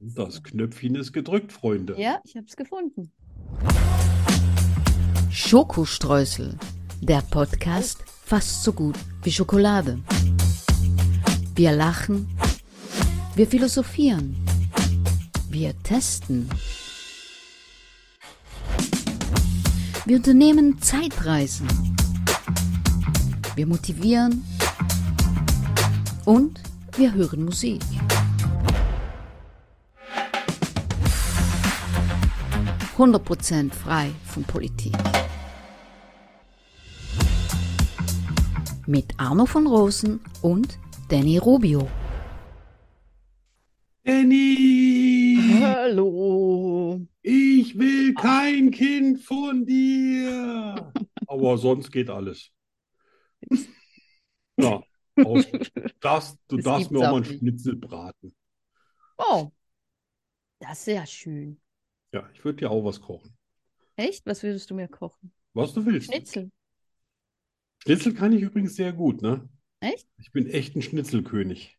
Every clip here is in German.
Das Knöpfchen ist gedrückt, Freunde. Ja, ich habe es gefunden. Schokostreusel, der Podcast fast so gut wie Schokolade. Wir lachen, wir philosophieren, wir testen. Wir unternehmen Zeitreisen. Wir motivieren und wir hören Musik. Hundert Prozent frei von Politik. Mit Arno von Rosen und Danny Rubio. Danny, Hallo. ich will kein Kind von dir. Aber sonst geht alles. Ja, auch, darfst, du Das darfst mir auch gibt's mal einen auch nicht. Schnitzel braten. Oh, das ist ja schön. Ja, ich würde dir auch was kochen. Echt? Was würdest du mir kochen? Was du willst. Schnitzel. Schnitzel kann ich übrigens sehr gut, ne? Echt? Ich bin echt ein Schnitzelkönig.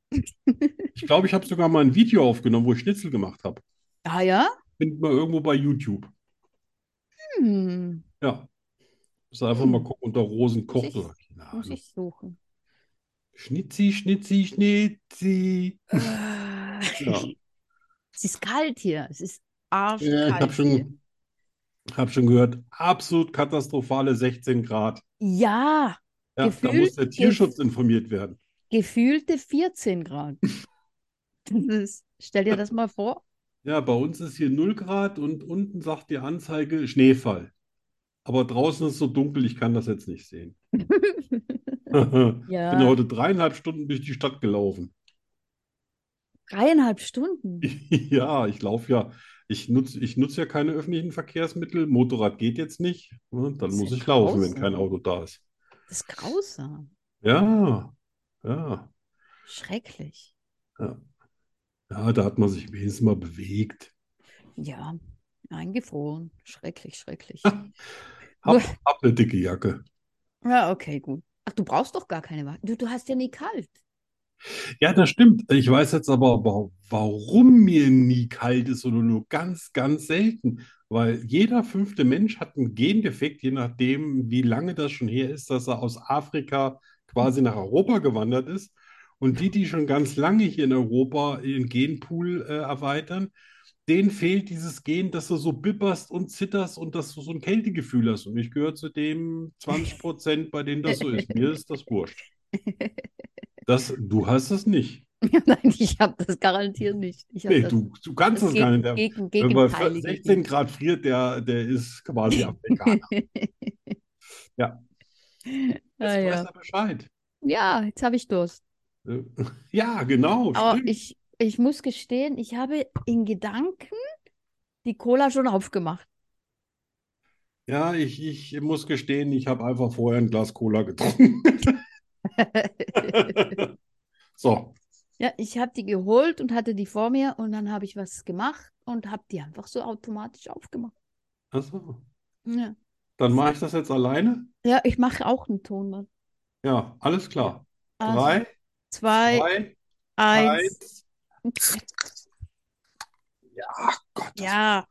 Ich glaube, ich habe sogar mal ein Video aufgenommen, wo ich Schnitzel gemacht habe. Ah ja? Findet man irgendwo bei YouTube. Hm, Ja. Muss einfach Hm. mal gucken unter Rosen Muss ich- Koch oder keine muss Ahnung. ich suchen. Schnitzi, Schnitzi, Schnitzi. Ah. Ja. Es ist kalt hier. Es ist Ja, arschkalt ich habe hier. schon, hab schon gehört, absolut katastrophale 16 Grad. Ja, Ja, da Gefühlt muss der geht's- Tierschutz informiert werden. gefühlte 14 Grad. Das ist, stell dir das mal vor. Ja, bei uns ist hier 0 Grad und unten sagt die Anzeige Schneefall. Aber draußen ist so dunkel, ich kann das jetzt nicht sehen. Bin Ja, heute dreieinhalb Stunden durch die Stadt gelaufen. dreieinhalb Stunden. Ja, ich laufe ja. Ich nutze ich nutz ja keine öffentlichen Verkehrsmittel. Motorrad geht jetzt nicht. Ne? Dann Ist muss ja ich laufen, wenn draußen. kein Auto da ist. Das ist grausam. Ja, ja. Schrecklich. Ja, da hat man sich wenigstens mal bewegt. Ja, eingefroren. Schrecklich, schrecklich. Hab, hab eine dicke Jacke. Ja, okay, gut. Ach, du brauchst doch gar keine Waage. Du, du hast ja nie kalt. Ja, das stimmt. Ich weiß jetzt aber, wa- warum mir nie kalt ist oder nur ganz, ganz selten. Weil jeder fünfte Mensch hat einen Gendefekt, je nachdem, wie lange das schon her ist, dass er aus Afrika quasi nach Europa gewandert ist. Und die, die schon ganz lange hier in Europa ihren Genpool äh, erweitern, denen fehlt dieses Gen, dass du so bibberst und zitterst und dass du so ein Kältegefühl hast. Und ich gehöre zu dem 20 Prozent, bei denen das so ist. Mir ist das wurscht. Das, du hast es nicht. Nein, ich habe das garantiert nicht. Ich hab Nee, das, du, du kannst das es gar gegen, nicht. Der, gegen, wenn gegen bei Teile 16 Grad friert, der, der ist quasi Amerikaner. Ah, Jetzt weiß ja. er Bescheid. ja, jetzt habe ich Durst. Äh, Ja, genau, Aber stimmt. ich, ich muss gestehen, ich habe in Gedanken die Cola schon aufgemacht. Ja, ich, ich muss gestehen, ich habe einfach vorher ein Glas Cola getrunken. So, Ja, ich habe die geholt und hatte die vor mir und dann habe ich was gemacht und habe die einfach so automatisch aufgemacht. ach so. Ja, also, Dann mache ich das jetzt alleine. ja ich mache auch einen Ton. Mann. Ja, alles klar. Also, Drei, zwei, zwei, eins. eins. Ja, Gott, das, Ja.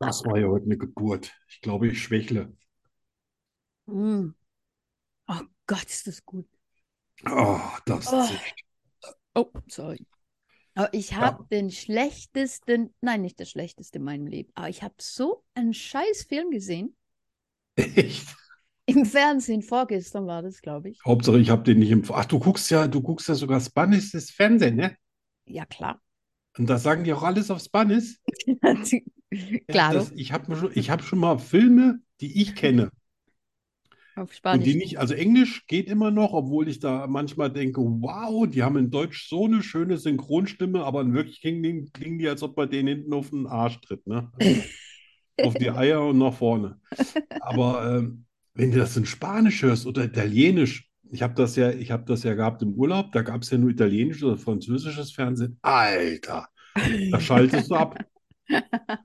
das war ja heute eine Geburt. Ich glaube, ich schwächle. Mm. Oh Gott, ist das gut. Oh, das Oh. zischt. Oh, sorry. Aber ich habe den schlechtesten, nein, nicht das schlechteste in meinem Leben, aber ich habe so einen scheiß Film gesehen. Echt? Im Fernsehen vorgestern war das, glaube ich. Hauptsache, ich habe den nicht im. Ach, du guckst ja, du guckst ja sogar spanisches Fernsehen, ne? Ja, klar. Und da sagen die auch alles auf Spanisch. Ja, Klar, das, ich habe schon, ich hab schon mal Filme, die ich kenne auf und die Spanisch. nicht. Also Englisch geht immer noch, obwohl ich da manchmal denke, wow, die haben in Deutsch so eine schöne Synchronstimme, aber in Wirklichkeit klingen, klingen die, als ob man denen hinten auf den Arsch tritt, ne? Also auf die Eier und nach vorne. Aber ähm, wenn du das in Spanisch hörst oder Italienisch, ich habe das ja, ich habe das ja gehabt im Urlaub, da gab es ja nur italienisch oder französisches Fernsehen. Alter, da schaltest du ab.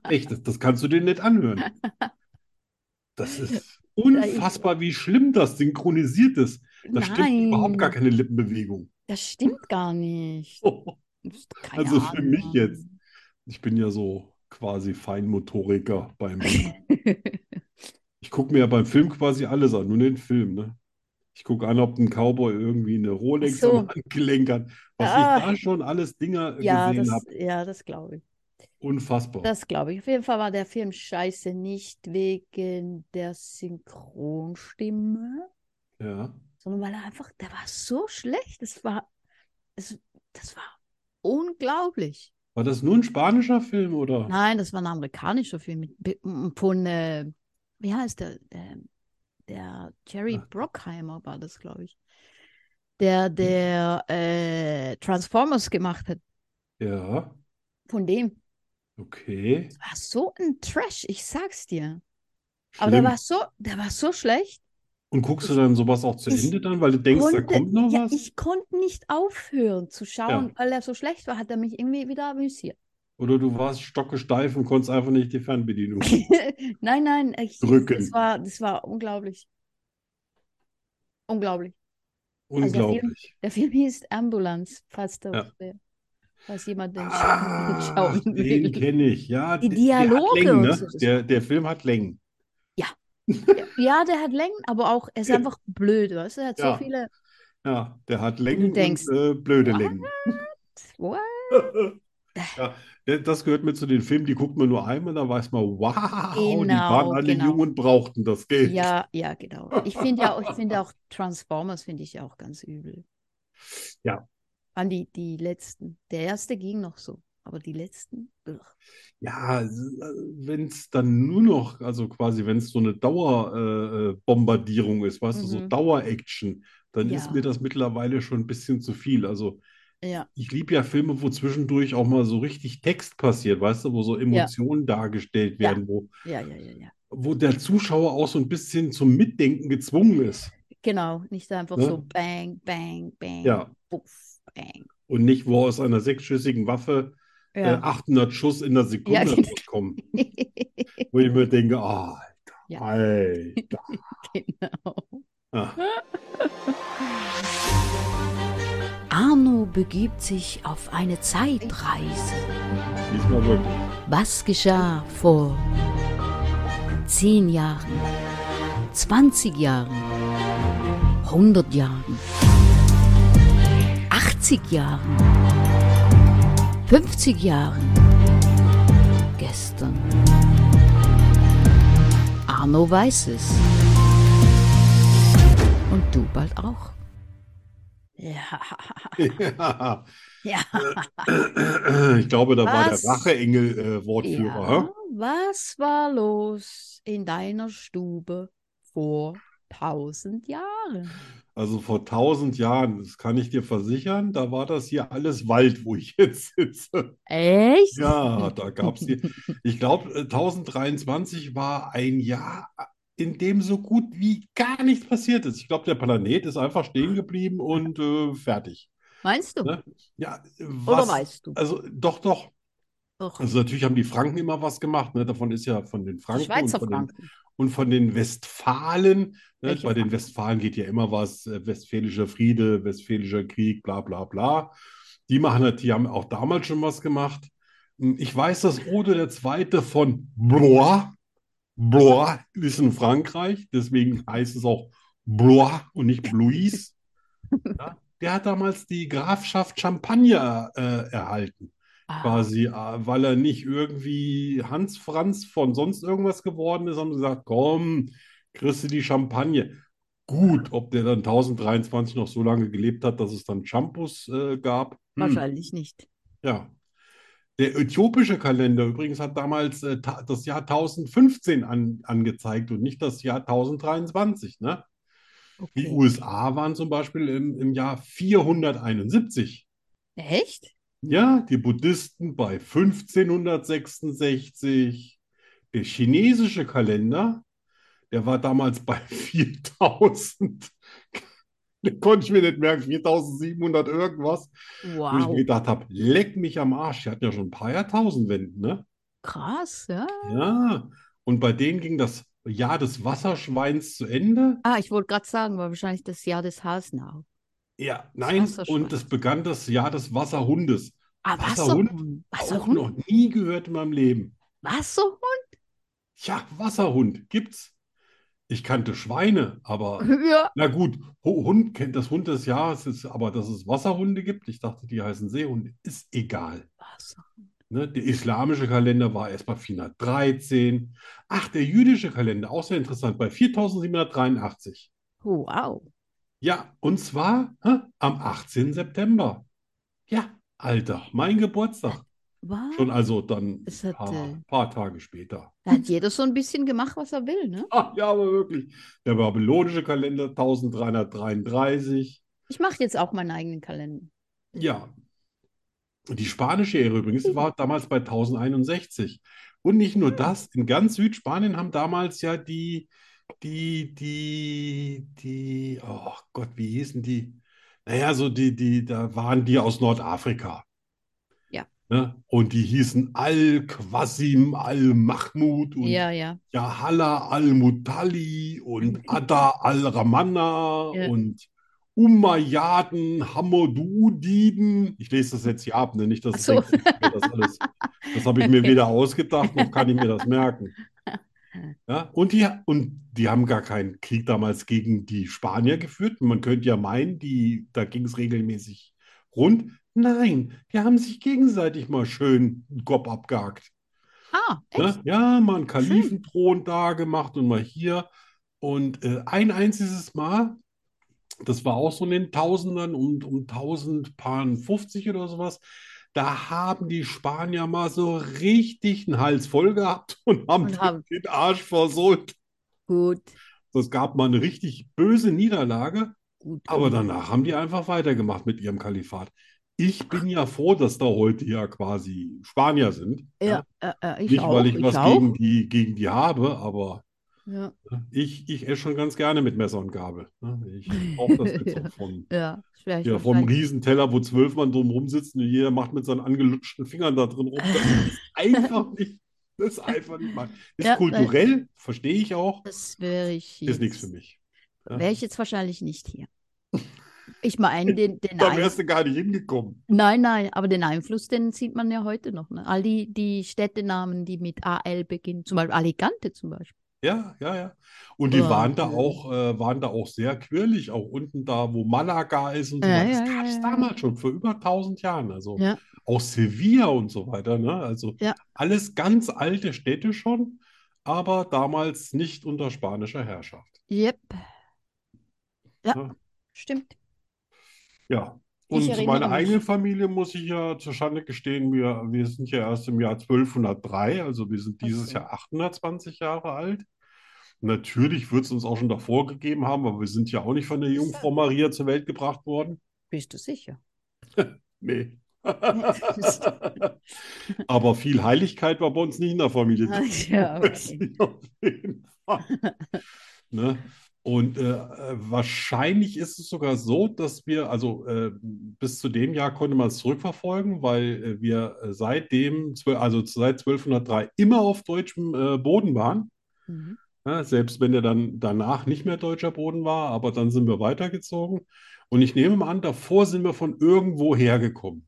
Echt, das, das kannst du dir nicht anhören. Das ist unfassbar, wie schlimm das synchronisiert ist. Da stimmt überhaupt gar Nein, keine Lippenbewegung. das stimmt gar nicht. Oh, Das ist Keine Also für mich Ahnung. jetzt. Ich bin ja so quasi Feinmotoriker beim. Ich gucke mir ja beim Film quasi alles an, nur den Film, ne? Ich gucke an, ob ein Cowboy irgendwie eine Rolex So. am Handgelenk hat. Was Ah. ich da schon alles Dinger ja, gesehen das, habe. ja, das glaube ich. Unfassbar. Das glaube ich. Auf jeden Fall war der Film scheiße, nicht wegen der Synchronstimme, Ja. sondern weil er einfach, der war so schlecht. Das war, es, das war unglaublich. War das nur ein spanischer Film oder? Nein, das war ein amerikanischer Film mit, mit- von, äh, wie heißt der? Ähm, der Jerry Ah. Brockheimer war das, glaube ich. Der, der äh, Transformers gemacht hat. Ja, Von dem. okay. War so ein Trash, ich sag's dir. Aber der Schlimm. war so, der war so schlecht. Und guckst du dann sowas auch zu Ich Ende dann, weil du denkst, da kommt noch ja, was? ich konnte nicht aufhören zu schauen, weil er so schlecht war, hat er mich irgendwie wieder amüsiert. Oder du warst stockesteif und konntest einfach nicht die Fernbedienung. nein, nein, ich, Drücken. Das war, das war unglaublich. Unglaublich. Also Unglaublich. Der Film hieß Ambulance, falls, da, Ja. falls jemand den Ah, schauen, schauen den will. kenne ich. Ja, Die der- der hat Dialoge Längen, und ne? so, das- Der, der Film hat Längen. Ja, der hat Längen, aber auch, er ist einfach blöd, weißt du? Er hat Ja. so viele. Ja, der hat Längen und denkst, äh, blöde what? Längen. What? Ja, der- das gehört mir zu den Filmen, die guckt man nur einmal, dann weiß man, wow, die Genau, waren alle genau. jung und brauchten das Geld. Ja, ja, genau. Ich finde ja auch, ich finde auch Transformers finde ich ja auch ganz übel. Ja. An die, die letzten. Der erste ging noch so, aber die letzten. Ugh. Ja, wenn es dann nur noch, also quasi, wenn es so eine Dauerbombardierung äh, Bombardierung ist, weißt du, so Mhm. Dauer-Action, dann ist Ja. mir das mittlerweile schon ein bisschen zu viel. Also Ja, ich liebe ja Filme, wo zwischendurch auch mal so richtig Text passiert, weißt du, wo so Emotionen dargestellt Ja. werden, wo, ja, ja, ja, ja. wo der Zuschauer auch so ein bisschen zum Mitdenken gezwungen ist. Genau, nicht einfach Ne? so bang, bang, bang, Ja. buff, bang. Und nicht, wo aus einer sechsschüssigen Waffe äh, Ja. 800 Schuss in einer Sekunde genau. rauskommen, wo ich mir denke, ah, Ja. Alter, Alter. genau. Ah. Arno begibt sich auf eine Zeitreise. Diesmal wirklich. Was geschah vor 10 Jahren, 20 Jahren, 100 Jahren, 80 Jahren, 50 Jahren, gestern? Arno weiß es. Und du bald auch. Ja. Ja, Äh, Ja. ich glaube, da war der äh, Was? Racheengel-Wortführer. Ja, was war los in deiner Stube vor tausend Jahren? Also vor tausend Jahren, das kann ich dir versichern, da war das hier alles Wald, wo ich jetzt sitze. Echt? Ja, da gab es hier, ich glaube, 1023 war ein Jahr, in dem so gut wie gar nichts passiert ist. Ich glaube, der Planet ist einfach stehen geblieben und äh, fertig. Meinst du? Ne? Ja, Oder was? weißt du? Also doch, doch. Doch, Also natürlich haben die Franken immer was gemacht. Ne? Davon ist ja von den die Also Franken und Schweizer von den Franken. Und von den Westfalen, ne, Welche bei den Farbe? Westfalen geht ja immer was, äh, westfälischer Friede, westfälischer Krieg, bla bla bla. Die machen halt, die haben auch damals schon was gemacht. Hm, Ich weiß, dass Rode der Zweite von Blois, Blois ist in Frankreich, deswegen heißt es auch Blois und nicht Blois. Ja, der hat damals die Grafschaft Champagner äh, erhalten Ah, quasi, äh, weil er nicht irgendwie Hans Franz von sonst irgendwas geworden ist, haben sie gesagt, komm, kriegst du die Champagne. Gut, ob der dann 1023 noch so lange gelebt hat, dass es dann Champus äh, gab. Hm, wahrscheinlich nicht. ja. Der äthiopische Kalender übrigens hat damals äh, ta das Jahr 1015 an angezeigt und nicht das Jahr 1023, ne? Die Okay. USA waren zum Beispiel im, im Jahr 471. Echt? Ja, die Buddhisten bei 1566. Der chinesische Kalender, der war damals bei 4000. Den konnte ich mir nicht merken, 4700 irgendwas. Wo ich mir Wow, gedacht habe, leck mich am Arsch. Die hatten ja schon ein paar Jahrtausendwenden, ne? krass, ja? Ja. Und bei denen ging das Jahr des Wasserschweins zu Ende. Ah, ich wollte gerade sagen, war wahrscheinlich das Jahr des Hasen auch. Ja, nein, Wasserschwein. und es begann das Jahr des Wasserhundes. Ah, Wasserhund? Wasserhund. Auch Wasserhund? noch nie gehört in meinem Leben. Wasserhund? Ja, Wasserhund gibt's. Ich kannte Schweine, aber Ja. na gut, Ho- Hund kennt das Hund des Jahres, ist, aber dass es Wasserhunde gibt, ich dachte, die heißen Seehunde, ist egal. Wasser. Ne? Der islamische Kalender war erst bei 413. Ach, der jüdische Kalender, auch sehr interessant, bei 4783. Oh, Wow. Ja, und zwar hä, am 18. September. Ja, Alter, mein Geburtstag. Wow. Schon also dann Es ein hat, paar, äh, paar Tage später. da hat jeder so ein bisschen gemacht, was er will, ne? Ach, ja, aber wirklich. Der babylonische Kalender 1333. Ich mache jetzt auch meinen eigenen Kalender. Ja. Die spanische Ehre übrigens war damals bei 1061. Und nicht nur das, in ganz Südspanien haben damals ja die, die, die, die, oh Gott, wie hießen die? Naja, so die, die, da waren die aus Nordafrika. Ja. Ne? Und die hießen Al-Qasim, Al-Mahmud und Ja, ja. Jahala al-Mutalli und Adda al-Ramanna Mhm. Ja. und Umayyaden, Hamadudiden. Ich lese das jetzt hier ab, ne? Nicht, dass Ach ich so. denke, ich kann mir das alles. Das habe ich mir Okay. weder ausgedacht, noch kann ich mir das merken. Ja? Und, die, und die haben gar keinen Krieg damals gegen die Spanier geführt. Man könnte ja meinen, die, da ging es regelmäßig rund. Nein, die haben sich gegenseitig mal schön den Kopf abgehakt. Ah, echt? Ne? Ja, mal einen Kalifenthron da gemacht und mal hier. Und äh, ein einziges Mal, das war auch so in den Tausendern, um, um 1050 oder sowas, da haben die Spanier mal so richtig einen Hals voll gehabt und haben Und haben- den Arsch versohlt. Gut. Das gab mal eine richtig böse Niederlage, Gut. aber danach haben die einfach weitergemacht mit ihrem Kalifat. Ich bin ja froh, dass da heute ja quasi Spanier sind. Ja, äh, äh, ich Nicht, auch. weil ich was auch. gegen die, gegen die habe, aber ne, Ja, ich, ich esse schon ganz gerne mit Messer und Gabel. ne? Ich brauche das jetzt auch vom, ja. Vielleicht ja, vom Riesenteller, wo zwölf Mann drum rumsitzen und jeder macht mit seinen angelutschten Fingern da drin rum. Das ist einfach nicht, das ist einfach nicht mein. Ist Ja, kulturell, verstehe ich auch, Das wäre ich ist nichts für jetzt- mich. ne? Ja. Wäre ich jetzt wahrscheinlich nicht hier. Ich meine, den, den Da Ein- wärst du gar nicht hingekommen. Nein, nein, aber den Einfluss, den sieht man ja heute noch. Ne? All die, die Städtenamen, die mit AL beginnen, zum Beispiel Alicante zum Beispiel. Ja, ja, ja. Und die Ja, waren da ja. auch, äh, waren da auch sehr quirlig, auch unten da, wo Malaga ist und so Ja, weiter. Das ja, ja, gab es ja. damals schon vor über 1000 Jahren. Also Ja. auch Sevilla und so weiter. Ne? Also Ja. alles ganz alte Städte schon, aber damals nicht unter spanischer Herrschaft. Yep. Ja, Ja. stimmt. Ja. Und erinnere meine mich. eigene Familie muss ich ja zur Schande gestehen, wir, wir sind ja erst im Jahr 1203, also wir sind dieses Okay. Jahr 820 Jahre alt. Natürlich wird es uns auch schon davor gegeben haben, aber wir sind ja auch nicht von der Jungfrau Maria zur Welt gebracht worden. Bist du sicher? Nee. das- Aber viel Heiligkeit war bei uns nicht in der Familie drin. Ja, okay. Nicht auf jeden Fall. Ne? Und äh, äh, wahrscheinlich ist es sogar so, dass wir, also äh, bis zu dem Jahr konnte man es zurückverfolgen, weil äh, wir äh, seitdem, zwö- also seit 1203 immer auf deutschem äh, Boden waren. Mhm. Ja, selbst wenn er dann danach nicht mehr deutscher Boden war, aber dann sind wir weitergezogen. Und ich nehme mal an, davor sind wir von irgendwo hergekommen.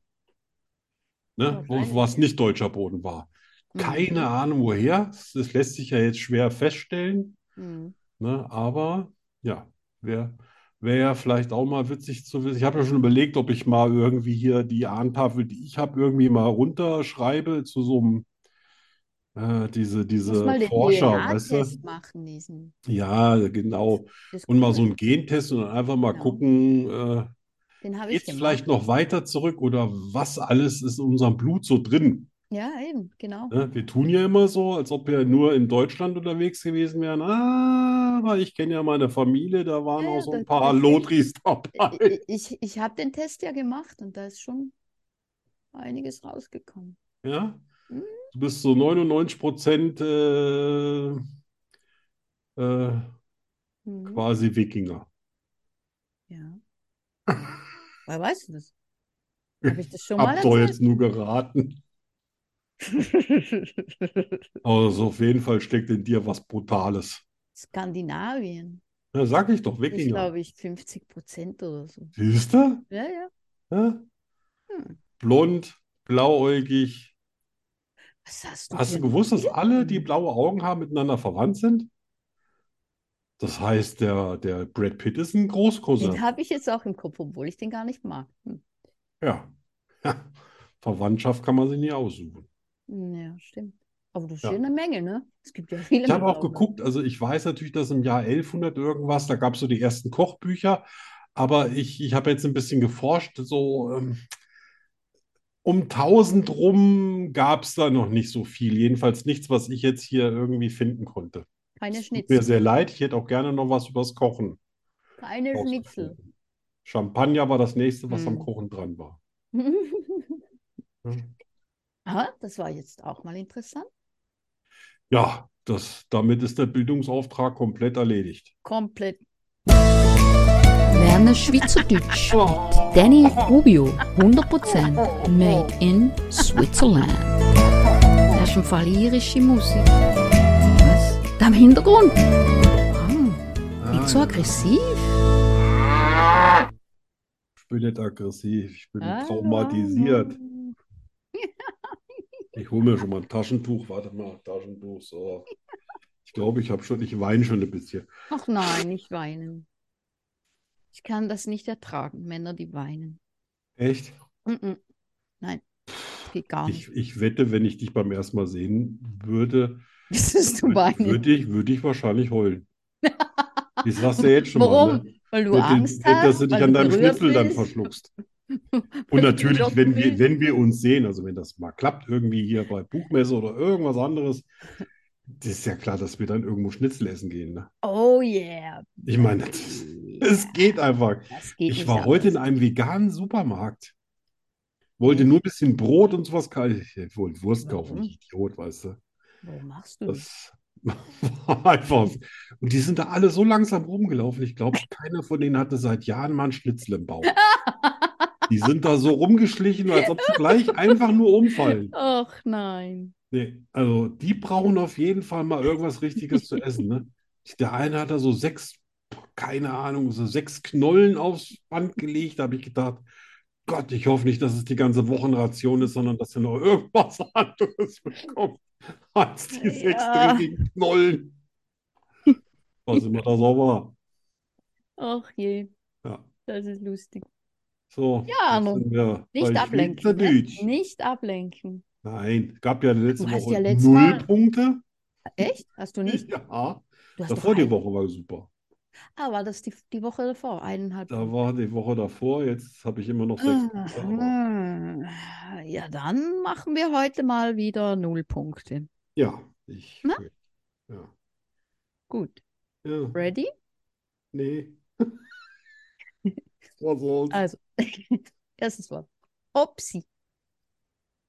Ne? Wo- Wahrscheinlich, Was ja. nicht deutscher Boden war. Keine Mhm. Ahnung woher. Das lässt sich ja jetzt schwer feststellen. Mhm. Ne? Aber ja, wäre wär ja vielleicht auch mal witzig zu wissen. Ich habe ja schon überlegt, ob ich mal irgendwie hier die Ahntafel, die ich habe, irgendwie mal runterschreibe zu so einem, äh, diese, Ich diese muss mal den Forscher, weißt du? DNA-Test machen, diesen. Ja, genau. Das ist Und mal cool. so einen Gentest und dann einfach mal Ja. gucken, äh, Den habe ich geht's gemacht. vielleicht noch weiter zurück oder was alles ist in unserem Blut so drin? Ja, eben, genau. Ne? Wir tun ja immer so, als ob wir nur in Deutschland unterwegs gewesen wären. Ah, aber ich kenne ja meine Familie, da waren Ja, auch ja, so ein das- paar das- Lotris dabei. I- Ich, ich habe den Test ja gemacht und da ist schon einiges rausgekommen. Ja? Mhm. Du bist so 99 Prozent äh, äh, Mhm. quasi Wikinger. Ja. Woher weißt du das? Habe ich das schon mal Hab doch erzählt? jetzt nur geraten. Aber so Also auf jeden Fall steckt in dir was Brutales. Skandinavien. Ja, sag ich doch, Ich Wikinger. glaube, ich 50 Prozent oder so. Siehst du? Ja, ja. Ja? Hm. Blond, blauäugig. Was hast du Hast du denn gewusst, dass hier? alle, die blaue Augen haben, miteinander verwandt sind? Das heißt, der, der Brad Pitt ist ein Den Großcousin. habe ich jetzt auch im Kopf, obwohl ich den gar nicht mag. Hm. Ja. ja. Verwandtschaft kann man sich nie aussuchen. Hm, Ja, stimmt. Aber das ist Ja. hier eine Menge, ne? Es gibt ja viele Ich habe mit auch Augen. geguckt, also ich weiß natürlich, dass im Jahr 1100 irgendwas, da gab es so die ersten Kochbücher, aber ich, ich habe jetzt ein bisschen geforscht, so ähm, um 1000 rum gab es da noch nicht so viel, jedenfalls nichts, was ich jetzt hier irgendwie finden konnte. Keine Es tut mir Schnitzel. sehr leid, ich hätte auch gerne noch was übers Kochen. Keine Schnitzel. rausgefunden. Champagner war das nächste, was am Hm. Kuchen dran war. Aha, das war jetzt auch mal interessant. Ja, das, damit ist der Bildungsauftrag komplett erledigt. Komplett. Lerne Schweizerdeutsch mit Danny Rubio. 100% made in Switzerland. Das ist im Fall irische Musik. Was? Da im Hintergrund. Ah, nicht so aggressiv. Ich bin nicht aggressiv, ich bin Hallo, traumatisiert. hallo. Ich hole mir schon mal ein Taschentuch. Warte mal, Taschentuch. So. Ich glaube, ich habe schon, ich weine schon ein bisschen. Ach nein, nicht weinen. Ich kann das nicht ertragen, Männer, die weinen. Echt? Mm-mm. Nein, geht gar Ich, nicht. ich wette, wenn ich dich beim ersten Mal sehen würde, Wieso du würd- weinen? würde ich, würde ich wahrscheinlich heulen. Ich sag's dir jetzt schon mal, Warum? ne? Weil du Dass du- Angst hast, dass du dich weil an du deinem berührt Schnitzel dann bist? verschluckst. Weil Und du natürlich, belogen wenn wir, willst. wenn wir uns sehen, also wenn das mal klappt, irgendwie hier bei Buchmesse oder irgendwas anderes, das ist ja klar, dass wir dann irgendwo Schnitzel essen gehen. Ne? Oh yeah. Ich meine, das, es geht einfach. Das geht Ich nicht war heute in anders. einem veganen Supermarkt. Wollte nur ein bisschen Brot und sowas kaufen. Ich wollte Wurst kaufen, Warum? ich Idiot, weißt du. Wo machst du das? Das war einfach. Und die sind da alle so langsam rumgelaufen. Ich glaube, keiner von denen hatte seit Jahren mal einen Schnitzel im Bauch. Die sind da so rumgeschlichen, als ob sie gleich einfach nur umfallen. Ach nein. Nee, also die brauchen auf jeden Fall mal irgendwas Richtiges zu essen, ne? Der eine hat da so sechs, keine Ahnung, so sechs Knollen aufs Band gelegt. Da habe ich gedacht, Gott, ich hoffe nicht, dass es die ganze Wochenration ist, sondern dass er noch irgendwas anderes bekommt als die sechs Ja. dreckigen Knollen. Was immer da so war. Ach je, Ja, das ist lustig. so, jetzt Arno, sind wir Nicht bei ablenken. Ne? Schweizerdeutsch. Nicht ablenken. Nein, gab ja letzte Du hast Woche ja letztes null Mal- Punkte. Echt? Hast du nicht? Ja, Du hast davor doch die ein- Woche war super. Ah, war das die, die Woche davor? Eineinhalb Da Wochen. war die Woche davor, jetzt habe ich immer noch sechs Punkte, aber Genau. Ah, Ja, dann machen wir heute mal wieder null Punkte. ja, ich. Na? Ja, Gut. ja, Ready? nee. Was soll's? Also, erstes Wort. Opsi.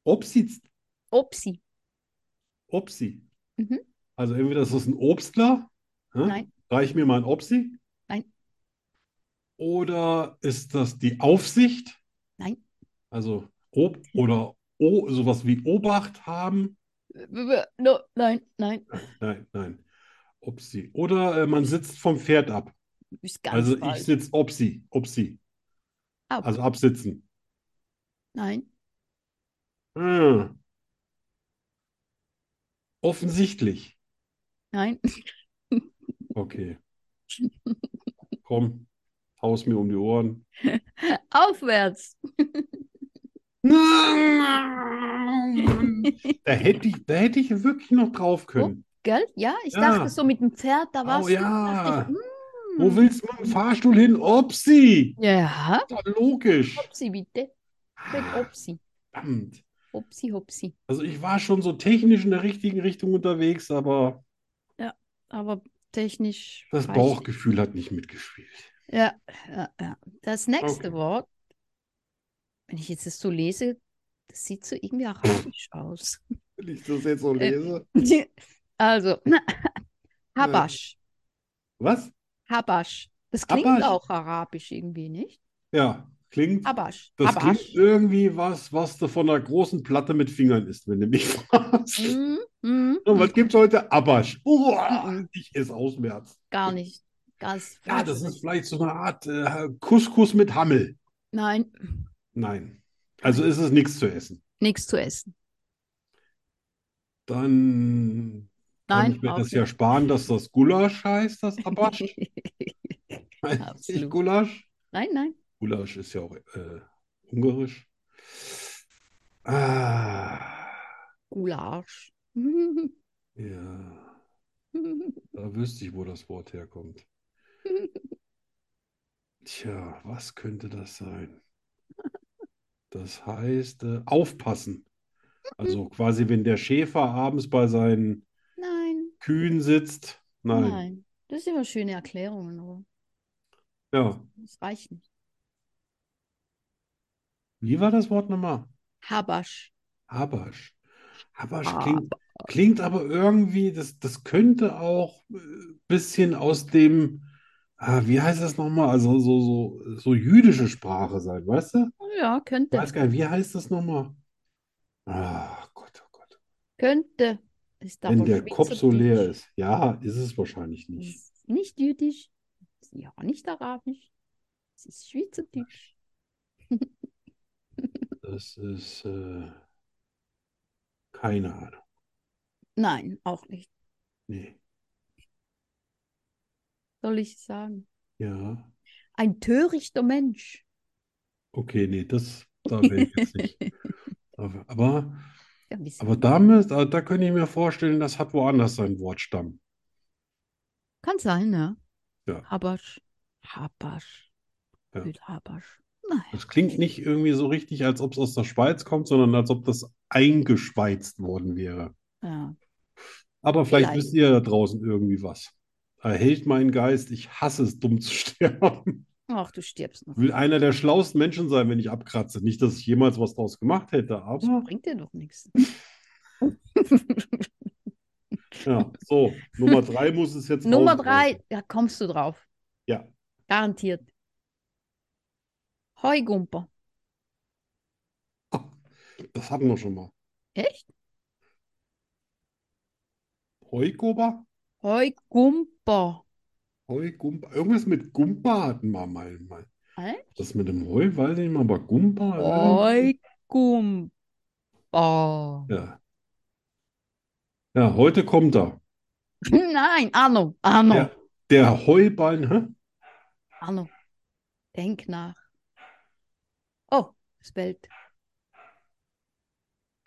Obsi, Opsi. Obsi. Mhm. Also entweder ist das ein Obstler, hä? Nein. Reich mir mal ein Obsi. Nein. Oder ist das die Aufsicht? Nein. Also Ob oder O, sowas wie Obacht haben. No, nein, nein. Nein, nein. Opsi. Oder äh, man sitzt vom Pferd ab. Ist ganz Also ich falsch. sitze Opsi, Opsi. Ab. Also absitzen. Nein. Hm. Offensichtlich. Nein. Okay. Komm, haus mir um die Ohren. Aufwärts. Da hätte ich, da hätte ich wirklich noch drauf können. Gell? Ja, ich Ja. dachte so mit dem Pferd, da warst Oh du. Dachte ja. ich, Wo mm. willst du mit dem Fahrstuhl hin? Opsi. Ja, Ist doch logisch. Hopsi bitte. Mit Opsi. Verdammt. Hopsi, Hopsi. Also ich war schon so technisch in der richtigen Richtung unterwegs, aber Aber technisch das weiß Bauchgefühl hat nicht mitgespielt. ich- Ja, ja, ja. Das nächste Okay. Wort, wenn ich jetzt das so lese, das sieht so irgendwie arabisch aus. Wenn ich das jetzt so Äh. lese. Also, Äh, Habasch. Was? Habasch. Das klingt Habasch. auch arabisch irgendwie, nicht? Ja, klingt. Habasch. Das Habasch. klingt irgendwie was, was du von einer großen Platte mit Fingern isst, wenn du mich fragst. Mhm, mhm, Und was gibt's heute? Abasch. Uah, Mhm. ich esse auswärts. Gar nicht. Ganz Ja, das furchtbar. ist vielleicht so eine Art äh, Couscous mit Hammel. Nein. Nein. Also ist es nichts zu essen. nichts zu essen. Dann kann Nein, ich mir auch das ja nicht. sparen, dass das Gulasch heißt, das Abasch. Heißt nicht Absolut. Gulasch? nein, nein. Gulasch ist ja auch äh, ungarisch. Ah, Gulasch. ja, da wüsste ich, wo das Wort herkommt. Tja, was könnte das sein? Das heißt, äh, aufpassen. Also quasi, wenn der Schäfer abends bei seinen Nein, Kühen sitzt. Nein. nein. Das sind immer schöne Erklärungen, aber Ja. das reicht nicht. Wie war das Wort nochmal? Habasch. Habasch. Habasch Habasch. klingt, klingt aber irgendwie, das, das könnte auch ein bisschen aus dem, ah, wie heißt das nochmal? Also so, so, so jüdische Sprache sein, weißt du? Oh Ja, könnte. Weiß gar nicht, wie heißt das nochmal? Ah, Gott, oh Gott. Könnte. Ist Wenn aber der Kopf so leer Schweizerdeutsch. ist. Ja, ist es wahrscheinlich Es nicht. ist nicht jüdisch, es ist ja auch nicht arabisch, es ist schweizerdeutsch. Das ist, äh, keine Ahnung. Nein, auch nicht. Nee. Soll ich sagen? Ja. Ein törichter Mensch. Okay, nee, das, da wäre ich jetzt nicht. Aber, aber Ja, wieso? Aber damit, da, da könnte ich mir vorstellen, das hat woanders seinen Wortstamm. Kann sein, ne? Ja. Habasch. Habasch. Ja. Gut, Habasch. Naja. Das klingt nicht irgendwie so richtig, als ob es aus der Schweiz kommt, sondern als ob das eingeschweizt worden wäre. Ja. Aber vielleicht Vielleicht. wisst ihr da draußen irgendwie was. Erhält mein Geist, ich hasse es, dumm zu sterben. Ach, du stirbst noch. Will einer der schlauesten Menschen sein, wenn ich abkratze. Nicht, dass ich jemals was draus gemacht hätte, Das aber bringt dir doch nichts. ja, so. Nummer drei muss es jetzt Nummer raushauen. drei, da kommst du drauf. Ja. Garantiert. Heugumper. Das hatten wir schon mal. Echt? Heukober? Heugumper. Heu, Gumpa. Irgendwas mit Gumpa hatten wir mal. mal. Hä? Das mit dem Heu weiß ich nicht, aber Gumpa. äh, Heugumper. Ja. Ja, heute kommt er. Nein, Arno, Arno, Ja. Der Heuballen, hä? Arno. Denk nach. Oh, es bellt.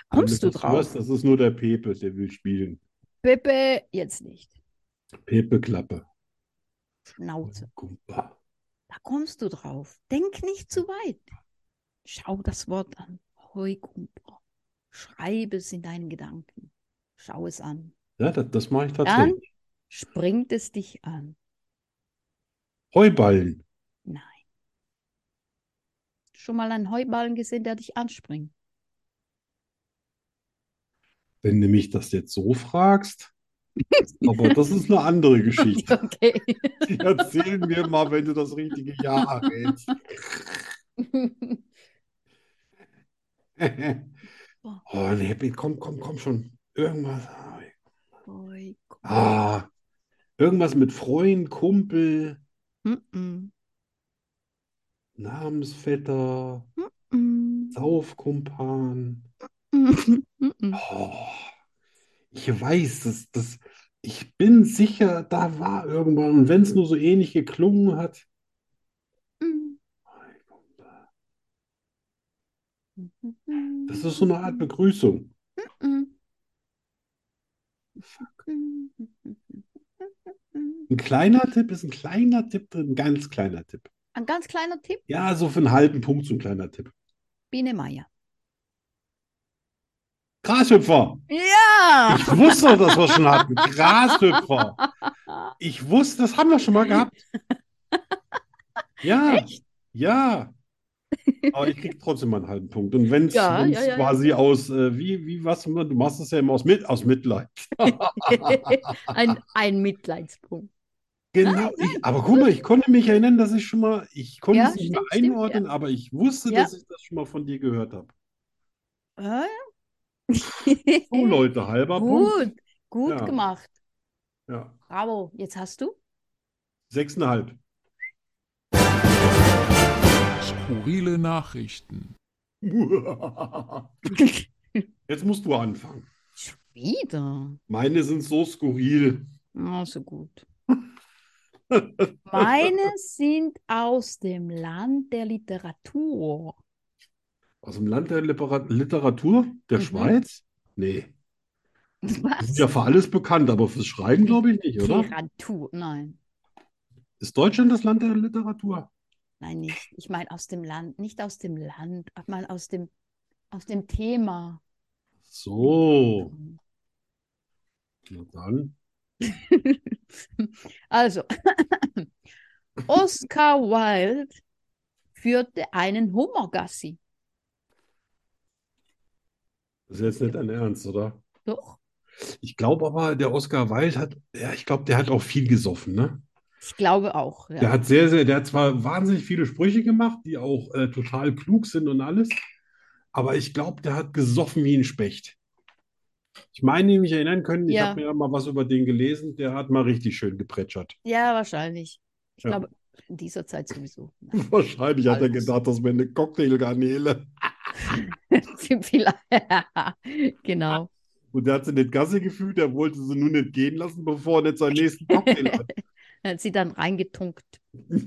Kommst Wenn du das drauf? hörst, das ist nur der Pepe, der will spielen. Pepe, jetzt nicht. Pepe Klappe. Schnauze. Gumpa. Da kommst du drauf. Denk nicht zu weit. Schau das Wort an. Heugumper. Schreibe es in deinen Gedanken. Schau es an. Ja, das, das mache ich Dann tatsächlich. springt es dich an. Heuballen. Nein. Schon mal einen Heuballen gesehen, der dich anspringt? Wenn du mich das jetzt so fragst, aber das ist eine andere Geschichte. Okay. Die erzählen wir mal, wenn du das richtige Jahr errätst. Oh, nee, Happy, komm, komm, komm schon. Irgendwas. Heugumper. Ah, irgendwas mit Freund, Kumpel, Mm-mm. Namensvetter, Mm. Saufkumpan. Mm. Mm-mm. Oh, ich weiß, das, das, ich bin sicher, da war irgendwann, und wenn es nur so ähnlich geklungen hat. Mm. Mm. Das ist so eine Art Begrüßung. Mm. Ein kleiner Tipp ist ein kleiner Tipp drin, ein ganz kleiner Tipp. Ein ganz kleiner Tipp, Ja, so für einen halben Punkt so ein kleiner Tipp. Biene Meier. Grashüpfer! Ja! Ich wusste doch, dass wir schon hatten. Grashüpfer. Ich wusste, das haben wir schon mal gehabt. Ja. Ja. Aber ich krieg trotzdem mal einen halben Punkt. Und wenn es Ja, ja, ja, ja. quasi aus, äh, wie, wie, was, du machst es ja immer aus, mit, aus Mitleid. ein, ein Mitleidspunkt. Genau. Ich, aber guck mal, ich konnte mich erinnern, dass ich schon mal, ich konnte Ja, es nicht mehr stimmt, stimmt, einordnen, aber ich wusste, Ja. dass ich das schon mal von dir gehört habe. Ah, So, ja. Leute, halber Punkt. Äh, Gut, gut Ja. gemacht. Ja. Bravo, jetzt hast du. Sechseinhalb. Skurrile Nachrichten. Jetzt musst du anfangen. Wieder. Meine sind so skurril. Also gut. Meine sind aus dem Land der Literatur. Aus dem Land der Libera- Literatur? Der Mhm. Schweiz? Nee. Die Was? Sind ja für alles bekannt, aber fürs Schreiben glaube ich nicht, oder? Literatur. Nein, Ist Deutschland das Land der Literatur? nein, nicht. Ich meine aus dem Land, nicht aus dem Land, ich meine aus dem, aus dem Thema. So, na dann. Also, Oscar Wilde führte einen Hummergassi. Das ist jetzt nicht dein Ernst, oder? Doch, Ich glaube aber, der Oscar Wilde hat, ja, ich glaube, der hat auch viel gesoffen, ne? ich glaube auch. Der Ja. hat sehr, sehr, der hat zwar wahnsinnig viele Sprüche gemacht, die auch äh, total klug sind und alles, aber ich glaube, der hat gesoffen wie ein Specht. Ich meine, mich erinnern können, ich Ja. habe mir ja mal was über den gelesen, der hat mal richtig schön geplätschert. ja, wahrscheinlich. Ich Ja. glaube, in dieser Zeit sowieso. Nein. Wahrscheinlich hat er Alles. gedacht, das wäre eine Cocktailgarnele. Vielleicht. genau. Und der hat sie nicht Gasse gefühlt, der wollte sie nur nicht gehen lassen, bevor er nicht seinen nächsten Cocktail hat. Er hat sie dann reingetunkt.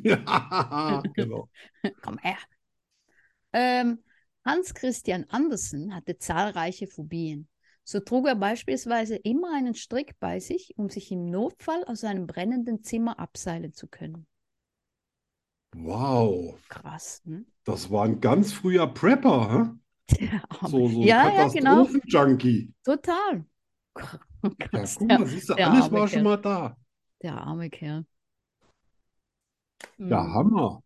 ja, genau. Komm her. Ähm, Hans Christian Andersen hatte zahlreiche Phobien. So trug er beispielsweise immer einen Strick bei sich, um sich im Notfall aus einem brennenden Zimmer abseilen zu können. Wow, Krass, ne? das war ein ganz früher Prepper, hä? Der Arme. So, so ein ja, ja, genau. Katastrophen-Junkie. Total. Ja, Krass, guck der, mal, siehst du, der alles arme war schon Kerl. mal da. der arme Kerl. Ja, Mhm. Hammer.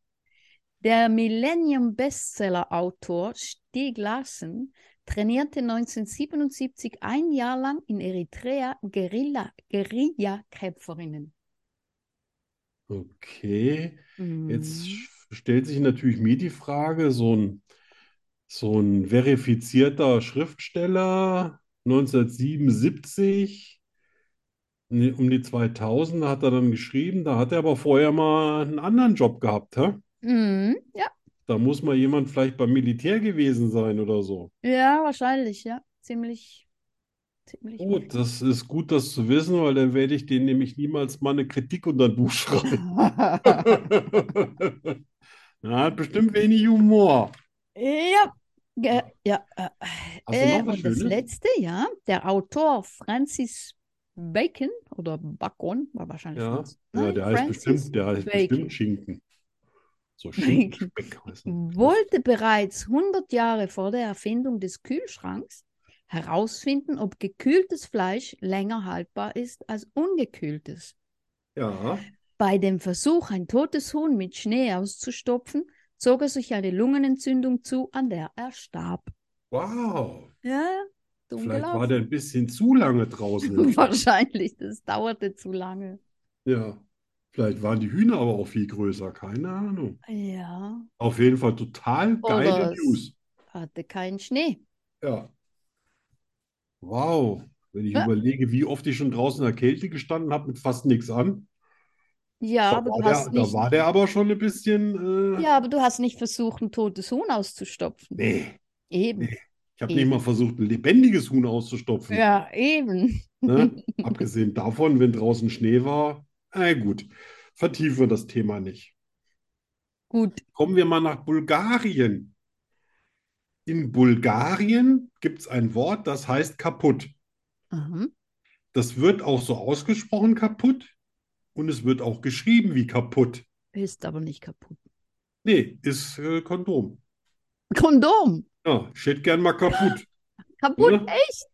Der Millennium-Bestseller-Autor Stieg Larsson trainierte 1977 ein Jahr lang in Eritrea Guerilla- Guerilla-Kämpferinnen. Okay, jetzt Mhm. stellt sich natürlich mir die Frage, so ein, so ein verifizierter Schriftsteller 1977, ne, um die 2000 hat er dann geschrieben, da hat er aber vorher mal einen anderen Job gehabt, hä? Mhm, ja, Da muss mal jemand vielleicht beim Militär gewesen sein oder so. ja, wahrscheinlich, ja. Ziemlich, ziemlich. Gut, das ist gut, das zu wissen, weil dann werde ich denen nämlich niemals mal eine Kritik unter den Buch schreiben. Na, hat bestimmt wenig Humor. Ja, ge- ja. äh, Hast du äh, noch was und das Schönes? letzte, ja, der Autor Francis Bacon oder Bacon war wahrscheinlich Ja, Franz. Ja, Nein, der heißt Francis bestimmt, der heißt Bacon. bestimmt Schinken. So Bacon. Schinkenspeck heißt er. wollte bereits 100 Jahre vor der Erfindung des Kühlschranks herausfinden, ob gekühltes Fleisch länger haltbar ist als ungekühltes. Ja, Bei dem Versuch, ein totes Huhn mit Schnee auszustopfen, zog er sich eine Lungenentzündung zu, an der er starb. wow. Ja, dumm Vielleicht war gelaufen. der ein bisschen zu lange draußen. Wahrscheinlich, das dauerte zu lange. Ja, vielleicht waren die Hühner aber auch viel größer, keine Ahnung. Ja, Auf jeden Fall total geile Oder es- News. hatte keinen Schnee. Ja. Wow, wenn ich Ja. überlege, wie oft ich schon draußen in der Kälte gestanden habe mit fast nichts an, Ja, da aber war du der, hast da nicht, war der aber schon ein bisschen, äh, ja, aber du hast nicht versucht, ein totes Huhn auszustopfen. nee, Eben. ich habe nicht mal versucht, ein lebendiges Huhn auszustopfen. Ja, eben. Ne? Abgesehen davon, wenn draußen Schnee war, na gut, vertiefen wir das Thema nicht. Gut. Kommen wir mal nach Bulgarien. In Bulgarien gibt es ein Wort, das heißt kaputt. Aha. Das wird auch so ausgesprochen kaputt und es wird auch geschrieben wie kaputt. Ist aber nicht kaputt. Nee, ist äh, Kondom. Kondom. Ja, ich hätte gern mal kaputt. Kaputt, Oder? echt?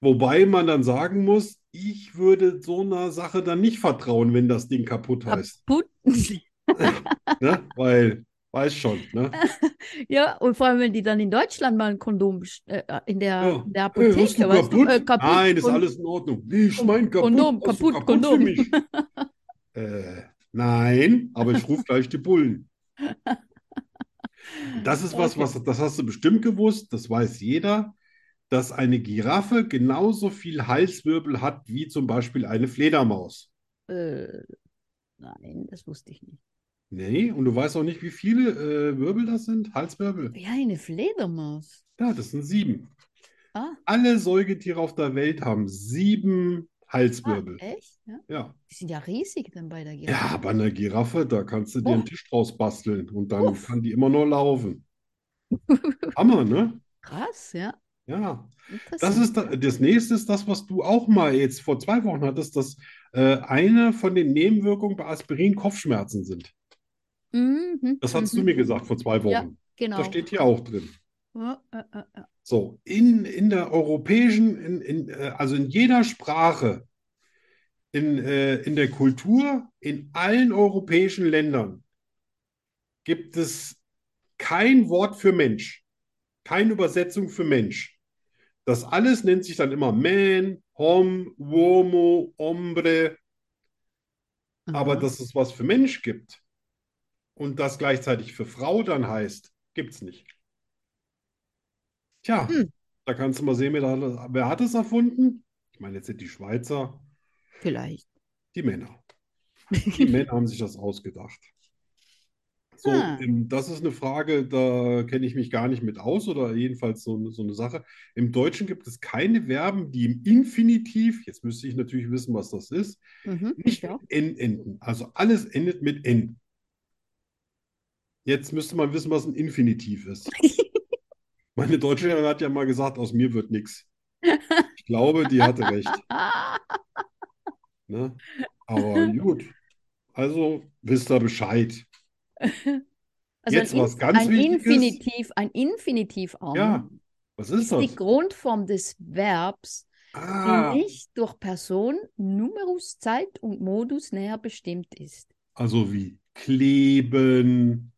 Wobei man dann sagen muss, ich würde so einer Sache dann nicht vertrauen, wenn das Ding kaputt heißt. Kaputt. Ne? Weil, weiß schon, ne? Ja, und vor allem, wenn die dann in Deutschland mal ein Kondom best- äh, in der, Ja. in der Hey, Apotheke, hast du weißt du? kaputt? Äh, kaputt. Nein, ist Kon- alles in Ordnung. Nee, ich mein kaputt. Kondom, Hast du kaputt, für Kondom. mich? äh, nein, aber ich rufe gleich die Bullen. Das ist was, Okay. was, das hast du bestimmt gewusst, das weiß jeder, dass eine Giraffe genauso viel Halswirbel hat wie zum Beispiel eine Fledermaus. Äh, nein, das wusste ich nicht. Nee, und du weißt auch nicht, wie viele äh, Wirbel das sind? Halswirbel. Ja, eine Fledermaus. Ja, das sind sieben. Ah. Alle Säugetiere auf der Welt haben sieben Ah, Halswirbel. echt? Ja. Ja. Die sind ja riesig dann bei der Giraffe. Ja, bei einer Giraffe, da kannst du dir einen Uff. Tisch draus basteln und dann Uff. kann die immer nur laufen. Hammer, ne? Krass, ja. Ja. Das Interessant. ist da, das nächste ist das, was du auch mal jetzt vor zwei Wochen hattest, dass äh, eine von den Nebenwirkungen bei Aspirin Kopfschmerzen sind. Mhm, Das hast mhm. du mir gesagt vor zwei Ja, Wochen. Genau. Das steht hier auch drin. Ja, äh, ja, ja, ja. So, in, in der europäischen, in, in, äh, also in jeder Sprache, in, äh, in der Kultur, in allen europäischen Ländern gibt es kein Wort für Mensch, keine Übersetzung für Mensch. Das alles nennt sich dann immer Man, Hom, Uomo, Hombre, aber Aha. dass es was für Mensch gibt und das gleichzeitig für Frau dann heißt, gibt's nicht. Tja, Hm. da kannst du mal sehen, wer, da, wer hat es erfunden? Ich meine, jetzt sind die Schweizer, Vielleicht. die Männer. Die Männer haben sich das ausgedacht. So, Ah. ähm, das ist eine Frage, da kenne ich mich gar nicht mit aus oder jedenfalls so, so eine Sache. Im Deutschen gibt es keine Verben, die im Infinitiv, jetzt müsste ich natürlich wissen, was das ist, Mhm. nicht Ja. mit N enden. Also alles endet mit N. Jetzt müsste man wissen, was ein Infinitiv ist. Meine Deutschlehrerin hat ja mal gesagt, aus mir wird nichts. Ich glaube, die hatte recht. Ah, Ne? Aber gut. Also wisst ihr Bescheid. also Jetzt ein, was Inf- ganz ein Wichtiges. Infinitiv, ein Infinitiv auch Ja, was ist ist die das? Grundform des Verbs, die Ah, nicht durch Person, Numerus, Zeit und Modus näher bestimmt ist. also wie kleben.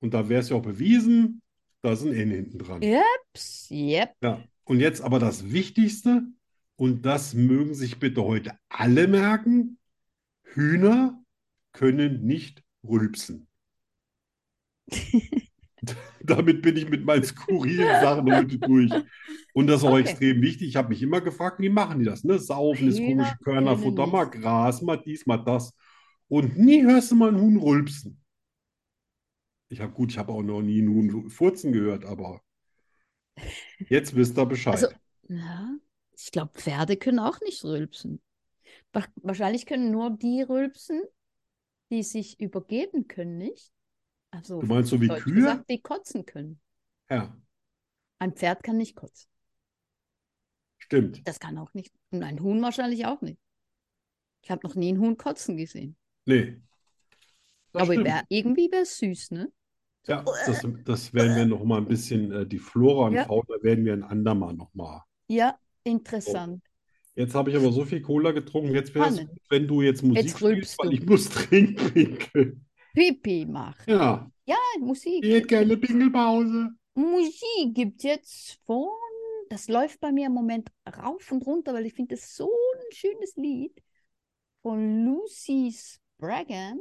Und da wäre es ja auch bewiesen, da ist ein N hinten dran. Jeps, yep. Ja, und jetzt aber das Wichtigste, und das mögen sich bitte heute alle merken, Hühner können nicht rülpsen. Damit bin ich mit meinen skurrilen Sachen heute durch. Und das ist auch Okay. extrem wichtig. Ich habe mich immer gefragt, wie machen die das? Ne? Saufen ist Hühner komische Körnerfutter, können mal Gras, mal dies, mal das. Und nie hörst du mal einen Huhn rülpsen. Ich habe gut, ich habe auch noch nie einen Huhn furzen gehört, aber jetzt wisst ihr Bescheid. Also- Ja, ich glaube, Pferde können auch nicht rülpsen. Wa- Wahrscheinlich können nur die rülpsen, die sich übergeben können, nicht? Also, Du meinst so wie deutsch Kühe? gesagt, die kotzen können. Ja, Ein Pferd kann nicht kotzen. stimmt. Das kann auch nicht. Und ein Huhn wahrscheinlich auch nicht. Ich habe noch nie einen Huhn kotzen gesehen. Nee. Das Aber stimmt. wär, irgendwie wäre es süß, ne? Ja, das, das werden wir noch mal ein bisschen, äh, die Flora und Ja. Fauna werden wir ein andermal noch mal. Ja, interessant. Jetzt habe ich aber so viel Cola getrunken, jetzt wäre es Spannend. gut, wenn du jetzt Musik Jetzt spielst, rülpst weil du. ich muss trinken. pinkeln. Pipi machen. Ja, Ah, Musik. geht gerne Pinkelpause. Musik gibt jetzt von, das läuft bei mir im Moment rauf und runter, weil ich finde das so ein schönes Lied von Lucy Spraggan,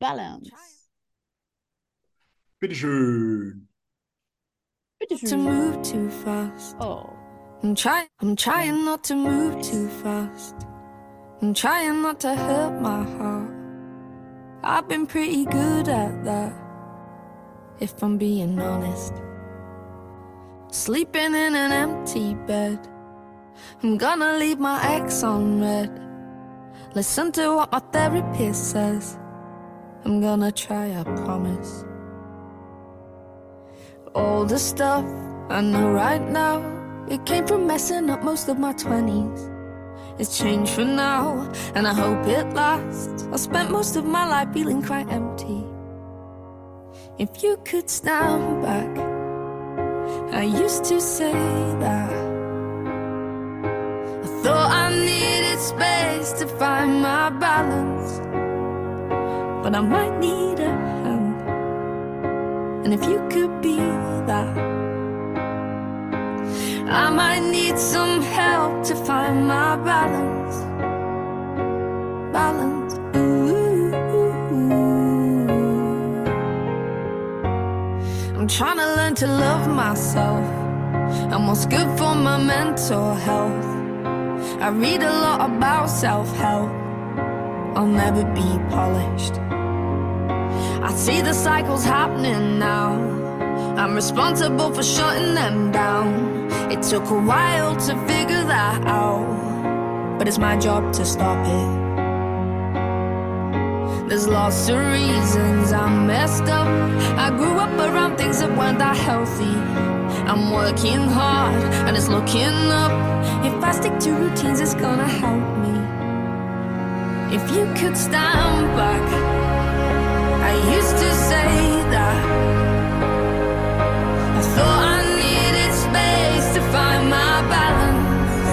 Balance. Bitteschön. to Bitteschön. move too fast. Oh, I'm trying, I'm trying not to move too fast. I'm trying not to hurt my heart. I've been pretty good at that, if I'm being honest. Sleeping in an empty bed. I'm gonna leave my ex on red. Listen to what my therapist says. I'm gonna try, I promise. All the stuff I know right now, it came from messing up most of my 20s. It's changed for now, and I hope it lasts. I spent most of my life feeling quite empty. If you could stand back, I used to say that. I thought I needed space to find my balance, but I might need a hand. And if you could be that, I might need some help to find my balance. Balance. Ooh. I'm trying to learn to love myself and what's good for my mental health. I read a lot about self help. I'll never be polished. I see the cycles happening now. I'm responsible for shutting them down. It took a while to figure that out, but it's my job to stop it. There's lots of reasons I messed up. I grew up around things that weren't that healthy. I'm working hard and it's looking up. If I stick to routines, it's gonna help me. If you could stand back, I used to say that. I thought I needed space to find my balance,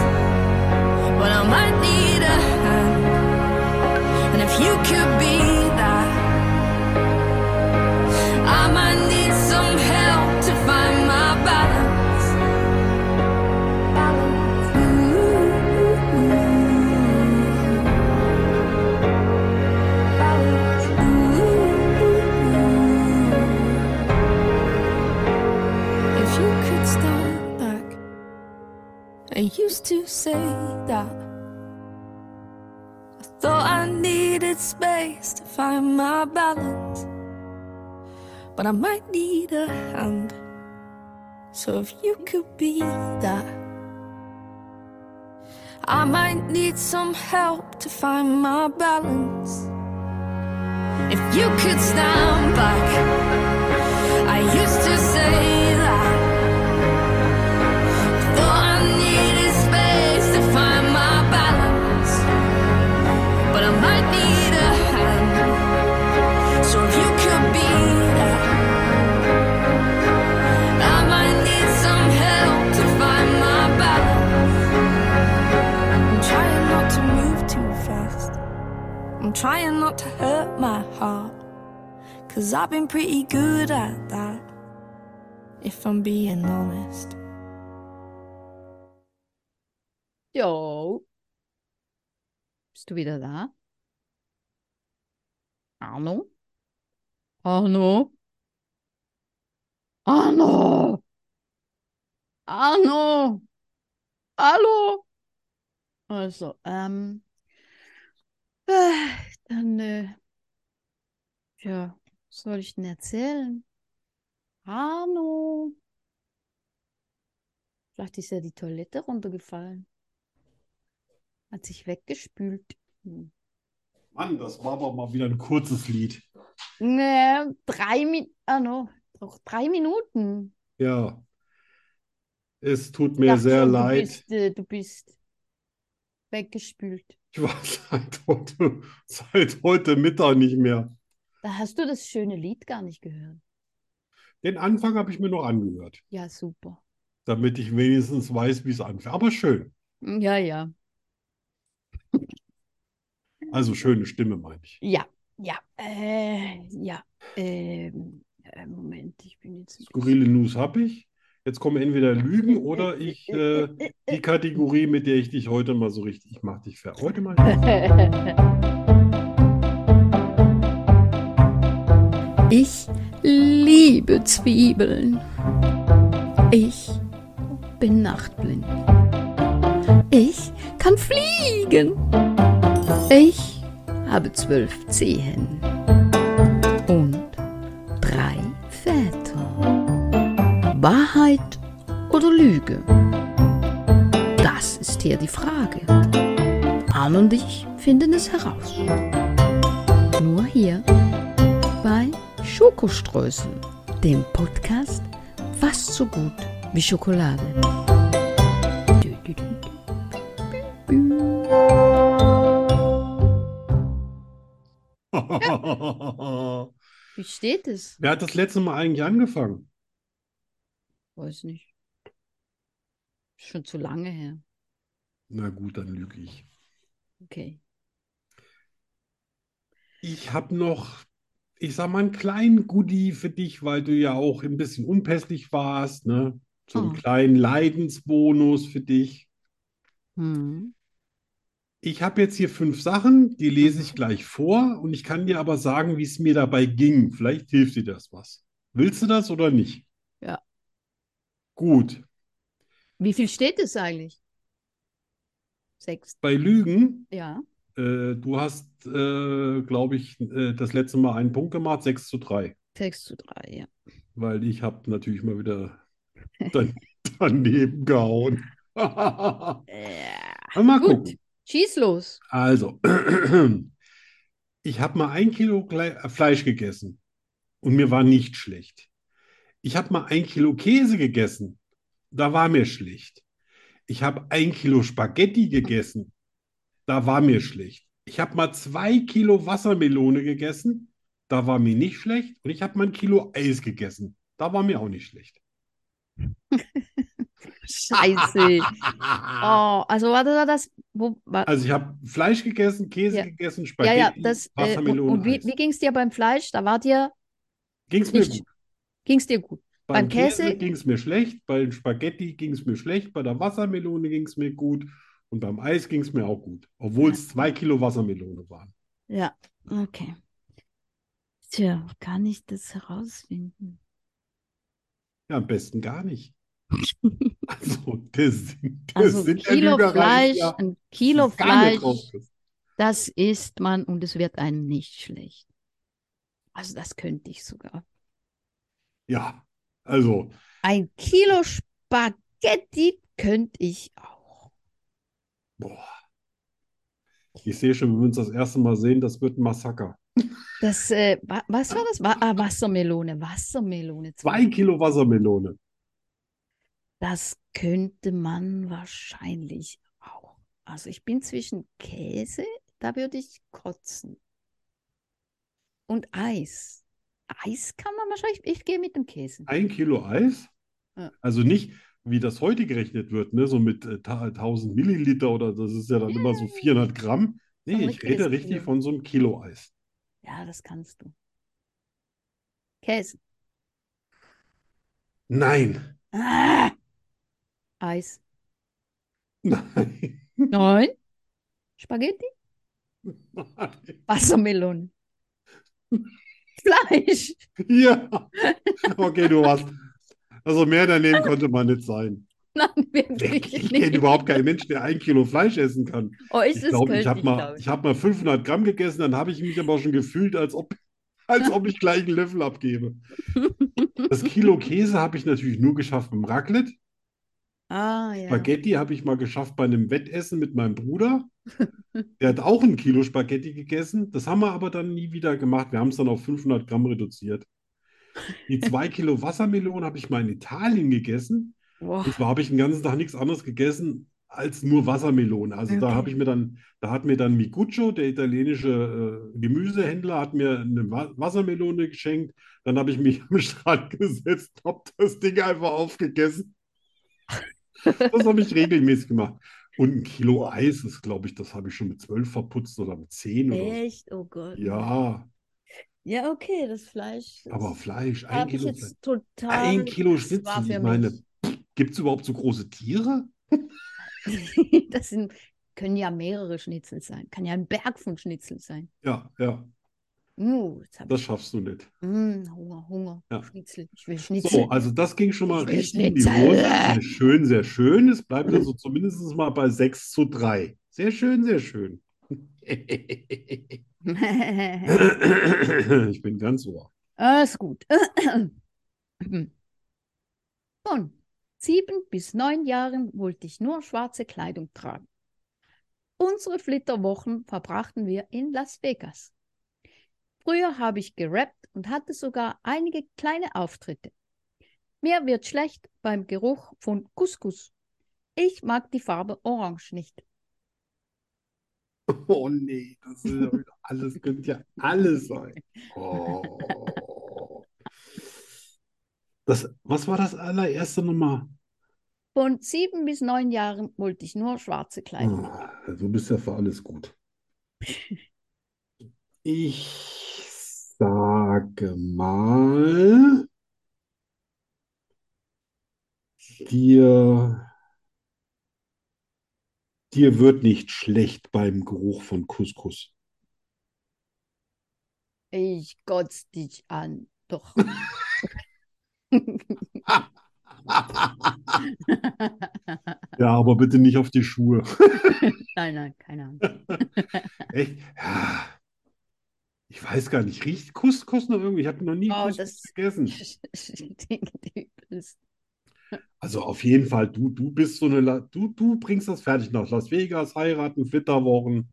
but I might need a hand. And if you could be that, I might need some help to find my balance. If you could stand back, I used to say that. I thought I needed space to find my balance. But I might need a hand. So if you could be that, I might need some help to find my balance. If you could stand back, I used to say that. Thought I needed space to find my balance, but I might need a hand. So if you could be that, I might need some help to find my balance. I'm trying not to move too fast. I'm trying not to hurt my heart. Cause I've been pretty good at that. If I'm being honest. Jo. Bist du wieder da? Arno? Arno? Arno! Arno! Hallo! Also, ähm, äh, dann, äh, ja, was soll ich denn erzählen? Arno! Vielleicht ist ja die Toilette runtergefallen. Hat sich weggespült. Hm. Mann, das war aber mal wieder ein kurzes Lied. Nee, Ne, drei Min ah, no, doch drei Minuten. Ja. Es tut Ich mir dachte sehr schon, Du leid. bist, äh, du bist weggespült. Ich war seit heute, seit heute Mittag nicht mehr. Da hast du das schöne Lied gar nicht gehört. Den Anfang habe ich mir noch angehört, Ja, super. damit ich wenigstens weiß, wie es anfängt. Aber schön. Hm, Ja, ja. Also schöne Stimme, meine ich. Ja, ja. Äh, ja. Ähm, äh, Moment, ich bin jetzt. ein Skurrile News habe ich. Jetzt kommen entweder Lügen oder ich äh, die Kategorie, mit der ich dich heute mal so richtig, ich mache dich fertig. Heute mal. äh, Ich liebe Zwiebeln. Ich bin nachtblind. Ich kann fliegen. Ich habe zwölf Zehen und drei Väter. Wahrheit oder Lüge? Das ist hier die Frage. Arne und ich finden es heraus. Nur hier bei Schokoströßen, dem Podcast fast so gut wie Schokolade. Dü, dü, dü, dü, dü, dü. Wer Wie steht es? hat das letzte Mal eigentlich angefangen? Weiß nicht. Schon zu lange her. Na gut, dann lüge ich. Okay. Ich habe noch, ich sag mal, einen kleinen Goodie für dich, weil du ja auch ein bisschen unpässlich warst, ne? So einen Oh. kleinen Leidensbonus für dich. Hm. Ich habe jetzt hier fünf Sachen, die lese Mhm. ich gleich vor und ich kann dir aber sagen, wie es mir dabei ging. Vielleicht hilft dir das was. Willst du das oder nicht? Ja. Gut. Wie viel steht es eigentlich? Sechs. Bei Lügen Ja. Äh, du hast, äh, glaube ich, äh, das letzte Mal einen Punkt gemacht, 6 zu 3, 6 zu 3, ja. weil ich habe natürlich mal wieder dann, daneben gehauen. mal ja. gucken. Gut, schieß los. Also, ich habe mal ein Kilo Gle- äh, Fleisch gegessen und mir war nicht schlecht. Ich habe mal ein Kilo Käse gegessen, da war mir schlecht. Ich habe ein Kilo Spaghetti gegessen, da war mir schlecht. Ich habe mal zwei Kilo Wassermelone gegessen, da war mir nicht schlecht. Und ich habe mal ein Kilo Eis gegessen, da war mir auch nicht schlecht. Scheiße. Oh, also warte, war das. Wo, war, Also ich habe Fleisch gegessen, Käse Ja. gegessen, ja, ja, Spaghetti, das. Äh, und, Wassermelone, und wie, Eis. wie ging es dir beim Fleisch? Da war dir, Ging's mir nicht- gut. ging's dir gut. Beim beim Käse- Käse ging es mir schlecht, bei den Spaghetti ging es mir schlecht, bei der Wassermelone ging es mir gut und beim Eis ging es mir auch gut, obwohl es zwei Kilo Wassermelone waren. Ja, okay. Tja, kann ich das herausfinden? Ja, am besten gar nicht. Also, das, sind- das Also ein sind ja Kilo Lügereien, Fleisch, ja. ein Kilo Das ist gar nicht Fleisch, drauf ist. das isst man und es wird einem nicht schlecht. Also das könnte ich sogar. Ja, also, Ein Kilo Spaghetti könnte ich auch. boah. Ich sehe schon, wenn wir uns das erste Mal sehen, das wird ein Massaker. Das, äh, wa was war das? Wa ah, Wassermelone, Wassermelone. Zwei Kilo Wassermelone. Das könnte man wahrscheinlich auch. Also ich bin zwischen Käse, da würde ich kotzen. Und Eis. Eis kann man wahrscheinlich. Ich gehe mit dem Käse. Ein Kilo Eis? Ja. Also nicht, wie das heute gerechnet wird, ne? So mit äh, ta- 1000 Milliliter oder das ist ja dann immer so 400 Gramm. Nee, So ein ich rede richtiges richtig Kilo. von so einem Kilo Eis. Ja, das kannst du. Käse. Nein, Ah! Eis. nein, Nein. Spaghetti. nein. Wassermelone. Fleisch. Ja, okay, du hast. Also mehr daneben konnte man nicht sein. Nein, Wer- wirklich Ich nicht. kenne überhaupt keinen Menschen, der ein Kilo Fleisch essen kann. Oh, ist Ich es glaube, ich könnte habe mal, glaub ich habe mal 500 Gramm gegessen, dann habe ich mich aber schon gefühlt, als ob, als ob ich gleich einen Löffel abgebe. Das Kilo Käse habe ich natürlich nur geschafft beim Raclette. Ah, ja. Spaghetti habe ich mal geschafft bei einem Wettessen mit meinem Bruder. Der hat auch ein Kilo Spaghetti gegessen. Das haben wir aber dann nie wieder gemacht. Wir haben es dann auf 500 Gramm reduziert. Die zwei Kilo Wassermelone habe ich mal in Italien gegessen. Boah. Und zwar habe ich den ganzen Tag nichts anderes gegessen als nur Wassermelone. Also da Okay. habe ich mir dann, da hat mir dann Miguccio, der italienische äh, Gemüsehändler, hat mir eine Wa Wassermelone geschenkt. Dann habe ich mich am Strand gesetzt, habe das Ding einfach aufgegessen. Das habe ich regelmäßig gemacht. Und ein Kilo Eis ist, glaube ich, das habe ich schon mit zwölf verputzt oder mit zehn oder so. Echt? Oh Gott. Ja, Ja, okay, das Fleisch. das aber Fleisch, ein Habe ich Kilo jetzt total. Ein Kilo das Schnitzel, war ich für meine- Gibt es überhaupt so große Tiere? mich. Das sind, können ja mehrere Schnitzel sein. Kann ja ein Berg von Schnitzel sein. Ja, ja, Uh, jetzt habe das ich schaffst du nicht. Mm, Hunger, Hunger. Ja. Schnitzel. Ich will Schnitzel. So, also das ging schon mal Ich will richtig in die Schnitzel. Hose. Sehr schön, sehr schön. Es bleibt also zumindest mal bei 6 zu 3. Sehr schön, sehr schön. also Ich bin ganz ohr. Ah, ist gut. Von sieben bis neun Jahren wollte ich nur schwarze Kleidung tragen. Unsere Flitterwochen verbrachten wir in Las Vegas. Früher habe ich gerappt und hatte sogar einige kleine Auftritte. Mir wird schlecht beim Geruch von Couscous. Ich mag die Farbe Orange nicht. Oh nee, das ist ja wieder alles, könnte ja alles sein. Oh. Das, was war das allererste nochmal? Von sieben bis neun Jahren wollte ich nur schwarze Kleidung. Oh, du bist ja für alles gut. Ich sage mal dir, dir wird nicht schlecht beim Geruch von Couscous. Ich kotz dich an. Doch. Ja, aber bitte nicht auf die Schuhe. Nein, nein, keine Ahnung. Echt? Ja. Ich weiß gar nicht. Riecht Couscous noch irgendwie? Ich habe noch nie Oh, Couscous das- gegessen. Stinkt übelst. Also auf jeden Fall, du, du bist so eine, La- du, du bringst das fertig nach Las Vegas, heiraten, Flitterwochen.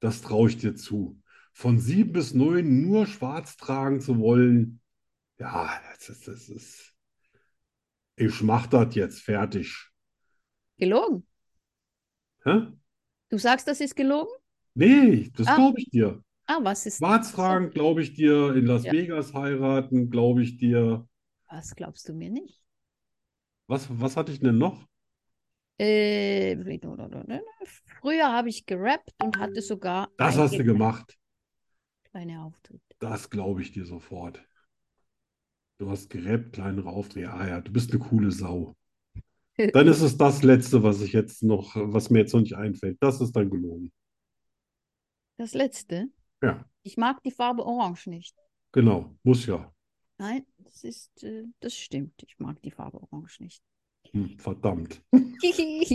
Das traue ich dir zu. Von sieben bis neun nur schwarz tragen zu wollen, ja, das ist, das ist. Ich mach das jetzt fertig. Gelogen. Hä? Du sagst, das ist gelogen? Nee, das Ah. glaube ich dir. Ah, was ist Schwarz tragen, glaube ich dir. In Las Ja. Vegas heiraten, glaube ich dir. Was glaubst du mir nicht? Was, was hatte ich denn noch? Äh, früher habe ich gerappt und hatte sogar Das hast du eigene gemacht. kleine Auftritte. Das glaube ich dir sofort. Du hast gerappt, kleinere Aufträge. Ah ja, du bist eine coole Sau. Dann ist es das Letzte, was ich jetzt noch, was mir jetzt noch nicht einfällt. Das ist dann gelogen. Das letzte. Ja. Ich mag die Farbe Orange nicht. Genau, muss ja. Nein, das ist, äh, das stimmt. Ich mag die Farbe Orange nicht. Hm, verdammt.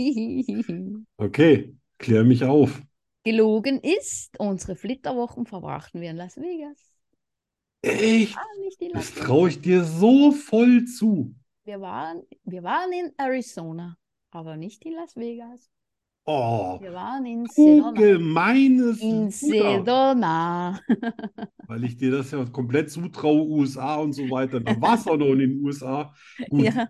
Gelogen Okay, klär mich auf. ist, unsere Flitterwochen verbrachten wir in Las Vegas. Echt? Ah, nicht in Das Las traue ich dir so voll zu. Wir waren, wir waren in Arizona, aber nicht in Las Vegas. Oh, Wir waren in du Sedona. gemeines In Luder. Sedona. Weil ich dir das ja komplett zutraue, USA und so weiter. Da warst du auch noch in den USA. Gut, Ja.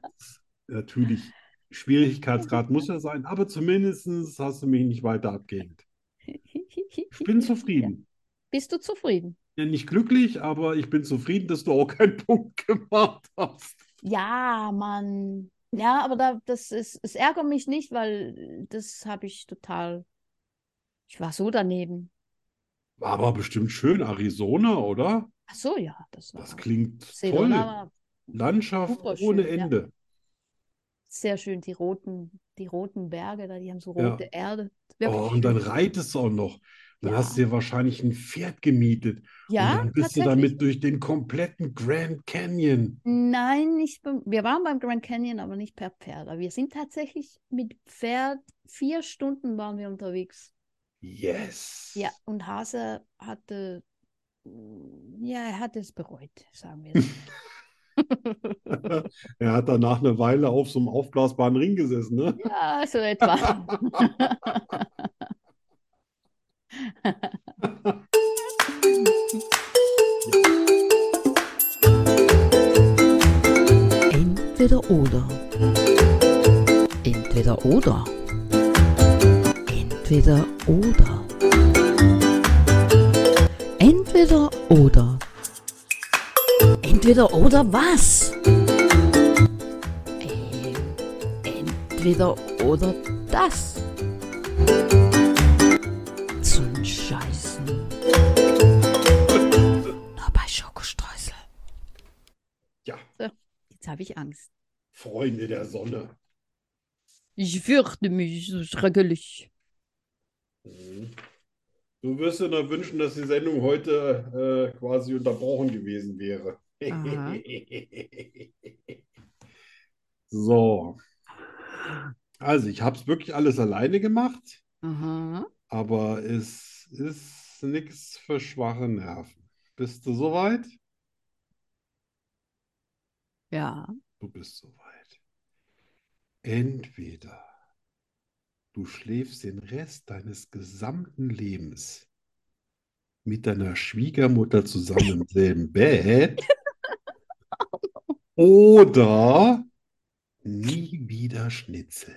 natürlich, Schwierigkeitsgrad muss ja sein, aber zumindest hast du mich nicht weiter abgehängt. Ich bin zufrieden. Bist du zufrieden? Ja, nicht glücklich, aber ich bin zufrieden, dass du auch keinen Punkt gemacht hast. Ja, Mann. Ja, aber da, das ist, es ärgert mich nicht, weil das habe ich total. Ich war so daneben. War aber bestimmt schön, Arizona, oder? Ach so, ja, das war. Das klingt toll. Sedona war Landschaft super schön, ohne ja. Ende. sehr schön. Die roten, die roten Berge da, die haben so Ja. rote Erde. Oh, Wirklich und dann schön. reitest du auch noch. Dann Ja. hast du dir wahrscheinlich ein Pferd gemietet. Ja, und dann bist du tatsächlich. damit durch den kompletten Grand Canyon. Nein, nicht beim, wir waren beim Grand Canyon, aber nicht per Pferd. Aber wir sind tatsächlich mit Pferd, vier Stunden waren wir unterwegs. Yes. Ja, und Hase hatte, ja, er hat es bereut, sagen wir. es. Er hat danach eine Weile auf so einem aufblasbaren Ring gesessen, ne? ja, so etwa. Entweder oder. Entweder oder. Entweder oder. Entweder oder. Entweder oder was? Ähm, entweder oder das. Zum Scheißen. Nur bei Schokostreusel. Ja, Jetzt habe ich Angst. Freunde der Sonne. Ich fürchte mich so schrecklich. Mhm. Du wirst dir noch wünschen, dass die Sendung heute äh, quasi unterbrochen gewesen wäre. Aha. So. Also, ich habe es wirklich alles alleine gemacht, Aha. aber es ist nichts für schwache Nerven. Bist du soweit? Ja. Du bist soweit. Entweder du schläfst den Rest deines gesamten Lebens mit deiner Schwiegermutter zusammen im selben Bett oder nie wieder Schnitzel.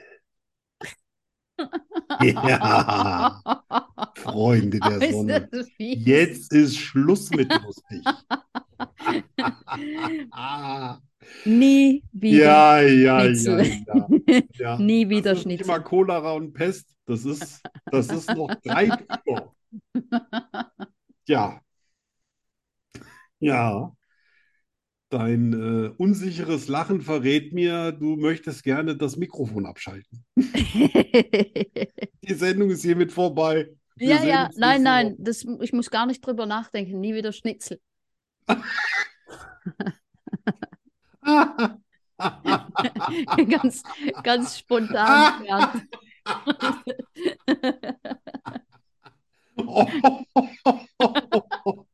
Ja, Freunde der Ist Sonne. das fies? Jetzt ist Schluss mit lustig. Ah. Nie wieder. Ja, ja, ja, Schnitzel. ja, ja. Nie wieder Das ist Thema Schnitzel. Cholera und Pest, das ist, das ist noch breit über. Ja. Ja. Dein äh, unsicheres Lachen verrät mir, du möchtest gerne das Mikrofon abschalten. Die Sendung ist hiermit vorbei. Wir Ja, sehen ja, uns nein, nächste nein, das, ich muss gar nicht drüber nachdenken. Nie wieder Schnitzel. Woche. ganz, ganz spontan. Bernd.